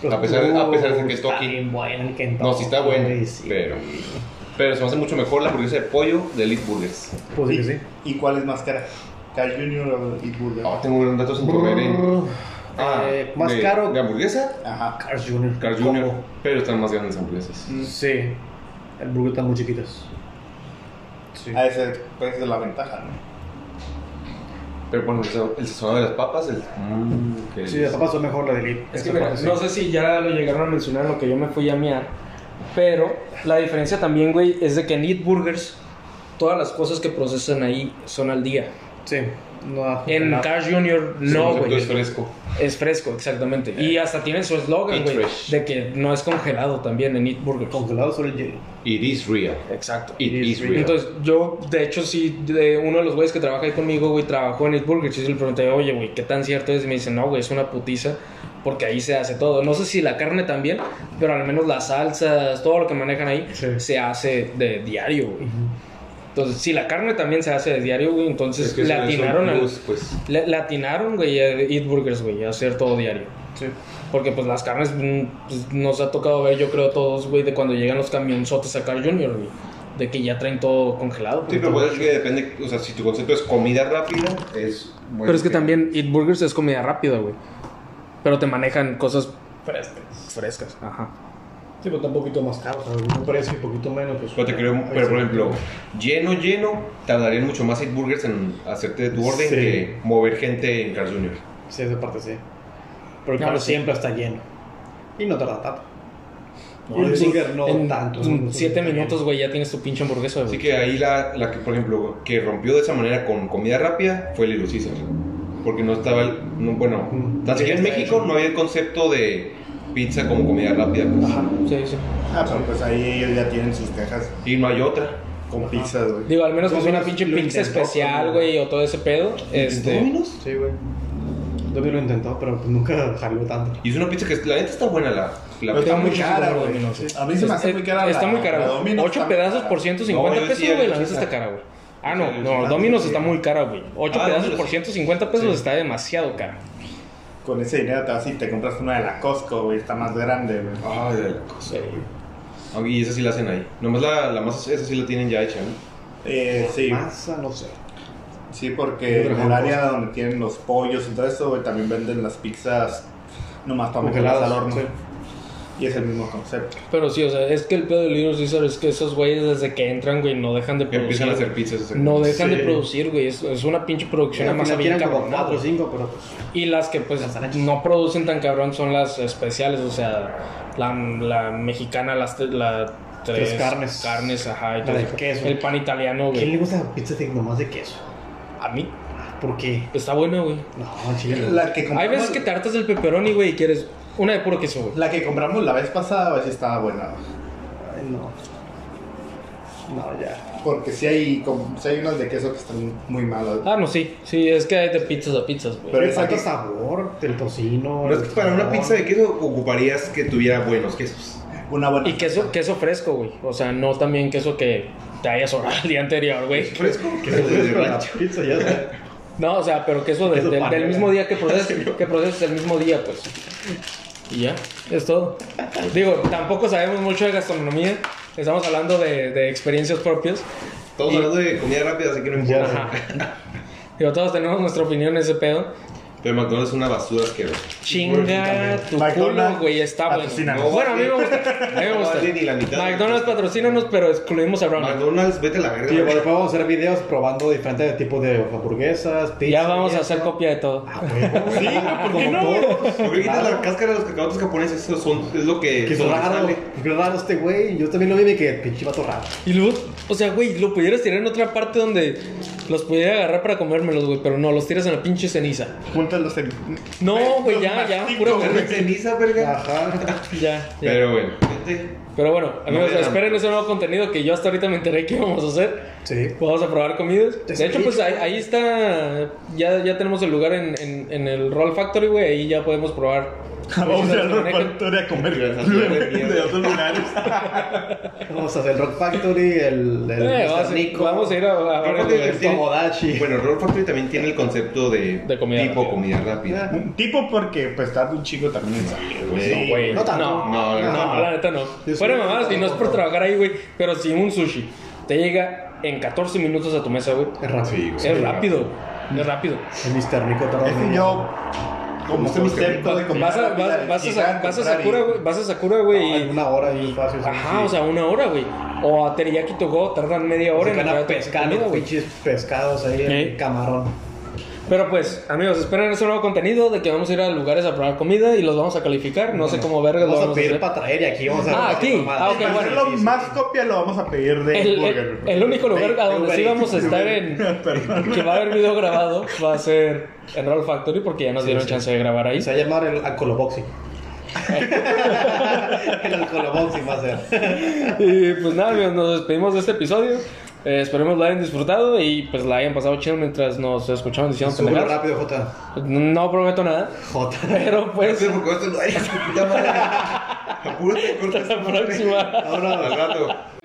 Pero
a pesar de- a pesar de que
está
Kentucky-
bien buena el Kentucky,
No, sí está bueno,
güey, sí.
pero... Pero se me hace mucho mejor la hamburguesa de pollo de Litburgers.
Pues sí,
¿Y,
que sí.
¿Y cuál es más cara? ¿Carl Jr. o Eat Burger?
Ah, tengo un rato sin probar, eh. Ah,
Eh, más
de-
caro.
¿De hamburguesa?
Ajá.
Carl Jr.
Carl
¿Cómo?
Jr. Pero están más grandes las hamburguesas.
Sí. El burger está muy chiquitos. Sí.
A ese precio de la ventaja, ¿no?
Pero, por ejemplo, el sazonado de las papas, el... Mm, que
Mm. Sí, las papas son mejor la de Lid.
Es que mira, no sé si ya lo llegaron a mencionar en lo que yo me fui a mear, pero la diferencia también, güey, es de que en Eat Burgers todas las cosas que procesan ahí son al día.
Sí. No,
En
no.
Cash Jr.
Su
no,
concepto
güey.
es fresco.
Es fresco, exactamente. Y hasta tienen su eslogan,
Eh, Eat
güey,
fresh.
de que no es congelado también en Eat Burgers.
Congelado sobre el hielo.
It is real.
Exacto.
It, is real.
Entonces, yo, de hecho, sí, de uno de los güeyes que trabaja ahí conmigo, güey, trabajó en Eat Burgers. Y yo le pregunté, oye, güey, ¿qué tan cierto es? Y me dice, no, güey, es una putiza, porque ahí se hace todo. No sé si la carne también, pero al menos las salsas, todo lo que manejan ahí,
Sí.
se hace de diario, güey. Entonces, si la carne también se hace de diario, güey, entonces
Es que
le
eso es un
atinaron al-
plus, pues.
Le, le atinaron, güey, a Eat Burgers, güey, a hacer todo diario.
Sí.
Porque, pues, las carnes mm, pues, nos ha tocado ver, yo creo, todos, güey, de cuando llegan los camionzotes a Car Junior, güey. De que ya traen todo congelado.
Sí,
güey.
pero pues es que depende, o sea, si tu concepto es comida rápida, es... bueno,
Pero es que también Eat Burgers es comida rápida, güey. Pero te manejan cosas
Frescas.
frescas. Ajá.
Sí, pero está un poquito más caro. O sea, un precio y un poquito menos. Pues,
Pero, te creo,
ahí
pero
sí.
por ejemplo, lleno, lleno, tardarían mucho más Eat Burgers en hacerte tu orden
Sí.
que mover gente en Carl Jr.
Sí, esa parte sí. Pero
Claro,
claro,
sí.
siempre está lleno. Y no tarda tanto.
No,
Y el
en-
burger no
en
tanto.
en siete minutos, güey, ya tienes tu pinche hamburguesa, güey.
Así que ahí la, la que, por ejemplo, que rompió de esa manera con comida rápida fue Little Caesar. Porque no estaba, el- no, bueno,
Mm.
tan siquiera en
Sí, está
México
hecho.
no había el concepto de pizza como comida rápida. pues.
Sí, sí.
Ah, pero pues ahí ellos ya tienen sus cajas
Y no hay otra.
con pizzas, güey.
Digo, al menos que
Yo
sea una
lo-
pinche
lo
pizza
intentó,
especial,
pero-
güey, o todo ese pedo. Este.
¿Dominos?
Sí, güey. Yo lo intentó, pero pues, nunca jaló tanto.
Y es una pizza que la neta está buena la, La
Pero está muy
verdad,
cara,
muchísimo,
güey.
A mí se me hace muy cara.
Eh, Está
la-
muy
la
cara, güey.
Domino's,
8
está-
pedazos por 150
No, yo
pesos,
decía,
güey.
yo
La neta
decía.
está cara, güey. Ah, no,
Yo
no,
decía,
Domino's está muy cara, güey. 8
Ah,
pedazos
Domino's
por
sí.
150 pesos está demasiado cara.
Con ese dinero te vas y te compras una de la Costco, güey. Está más grande, güey.
Ay, de la cosa, güey. Ah, Y esa sí la hacen ahí. Nomás la, la masa, esa sí la tienen ya hecha, ¿no?
Eh, sí.
Masa, no sé.
Sí, porque en el área donde tienen los pollos y todo eso, güey, también venden las pizzas nomás para meterlas
Congeladas,
al horno.
sí.
Y es el mismo concepto.
Pero sí, o sea, es que el pedo de Little Caesar es que esos güeyes desde que entran, güey, no dejan de
Que
producir.
empiezan a hacer pizzas. o sea,
No dejan
Sí.
de producir, güey. Es, es una pinche producción
Al
además
final
bien
tienen como
cabronada,
4 o
güey.
5, pero pues.
Y las que pues no producen tan cabrón son las especiales, o sea, la, la mexicana, las te- la tres,
Tres carnes.
carnes, ajá, y
La
todo
de
eso.
queso.
El pan italiano,
¿Quién le
güey.
gusta la
este
pizza de nomás de queso?
A mí
Ah,
¿Por qué?
está bueno, güey.
No, en chile. no.
La que compramos,
Hay veces que te hartas del pepperoni, güey, y quieres una de puro queso, güey.
la que compramos la vez pasada, güey, sí estaba buena. güey.
Ay, no. No, ya.
Porque sí hay, com- sí hay unas de queso que están muy malas.
Ah, no, sí. Sí, es que hay de pizzas a pizzas, güey.
Pero
Pero el
esa
tanto
que-
sabor del tocino.
No es que para una pizza de
queso.
queso ocuparías que tuviera buenos quesos.
Una buena.
Y queso, queso fresco, güey. O sea, no también queso que te hayas sobrado el día anterior, güey.
Fresco, queso de rancho.
Pizza ya sé.
No, o sea, pero queso, de-
Queso
del-
panela.
del mismo día que proceses, que proceses el mismo día, pues. Y ya, es todo. Digo, tampoco sabemos mucho de gastronomía. Estamos hablando de, de experiencias propias.
Estamos
Y-
hablando de comida rápida, así que no importa.
Ajá. Digo, todos tenemos nuestra opinión de ese pedo.
Pero McDonald's es una basura asquerosa.
Chinga tu culo,
McDonald's,
güey, está bueno.
patrocínanos.
Bueno, a mí me gusta. A mí me
No
gusta.
vale ni la mitad.
McDonald's patrocínanos, pero excluimos a Brownie.
McDonald's, vete a la verga.
Tío, bueno, después vamos a hacer videos probando diferentes tipos de hamburguesas, pizza.
Ya vamos a
y
hacer
eso.
copia de todo.
Ah, huevo.
Sí, güey, ¿por qué no? güey?
¿Por qué quitas la cáscara de los cacahuates japoneses? Eso son, es lo que...
Que es
donde
raro.
sale.
Qué raro este güey. Yo también lo vi y que pinche vato raro.
Y luego, o sea, güey, lo pudieras tirar en otra parte donde los pudiera agarrar para comérmelos, güey, pero no, los tiras en la pinche ceniza.
Júntalos en.
No, güey, ya,
los
ya,
mastico,
pura
güey.
verga.
Ceniza, verga.
Ajá.
Ya, ya. Pero,
Pero bueno, gente,
bueno, amigos,
No, ya.
esperen ese nuevo contenido que yo hasta ahorita me enteré que íbamos a hacer.
Sí.
Pues Vamos a probar comidas.
Te
De hecho, pues
explico.
ahí, ahí está, ya, ya tenemos el lugar en, en, en el Roll Factory, güey, ahí ya podemos probar.
Vamos a ir al
Manejan.
refactorio a comer de otros lugares.
Vamos a hacer el Rock Factory, el, el
Eh,
Mr.
vamos, a, vamos a ir a, a
Creo
ver,
que
güey.
el Tomodachi.
bueno, Roll Factory también tiene el concepto de,
De comida
tipo
rápida.
comida rápida.
Un tipo porque pues tarda un chico también en salir, güey.
Sí,
güey.
No tanto.
No,
No, no,
No, la neta no. Fuera mamadas, y no es por trabajar ahí, güey. Pero si un sushi te llega en 14 minutos a tu mesa, güey.
Es rápido.
Sí, güey.
Es rápido, güey. es rápido.
El Mr. Nico tarda
Es que
un-
yo, como
Usted
soy
me está
cerco de comer
Vas a,
rápida,
vas, vas a,
llegar
Sa- vas a
comprar y-
Sakura, güey. Vas a Sakura,
Ah,
güey. y-
una hora y fácil. sí,
Ajá,
sí.
o sea, una hora, güey. O a Teriyaki Togo tardan media hora
Se
en
van a
agarrar toda esa
pescar
comida,
los
güey.
pinches pescados ahí,
¿Eh?
el camarón.
Pero pues, amigos, esperen ese nuevo contenido de que vamos a ir a lugares a probar comida y los vamos a calificar. No sé cómo verga lo
Vamos a
vamos a
pedir
hacer.
para traer y aquí vamos a
Ah, aquí. Ah, ok,
Para
bueno,
hacerlo
sí, sí,
más copia pues, lo vamos a pedir de
El,
Burger.
el- el único lugar
De-
a
de
donde sí
Uber
vamos a
Eats, de
estar
Uber
en
Perdón.
que va a haber video grabado va a ser en Roll Factory porque ya nos dieron chance de grabar ahí.
Se va a llamar el alcoholoboxing. el alcoholoboxing va a ser.
Y pues nada, amigos, nos despedimos de este episodio. Eh, esperemos la hayan disfrutado y pues la hayan pasado chido mientras nos escuchaban diciendo
Sube
pendejadas.
rápido, J.
No prometo nada,
J.
pero pues
Gracias por comer estos lugares, puta madre. Apúrate, corta
hasta la próxima.
Al rato.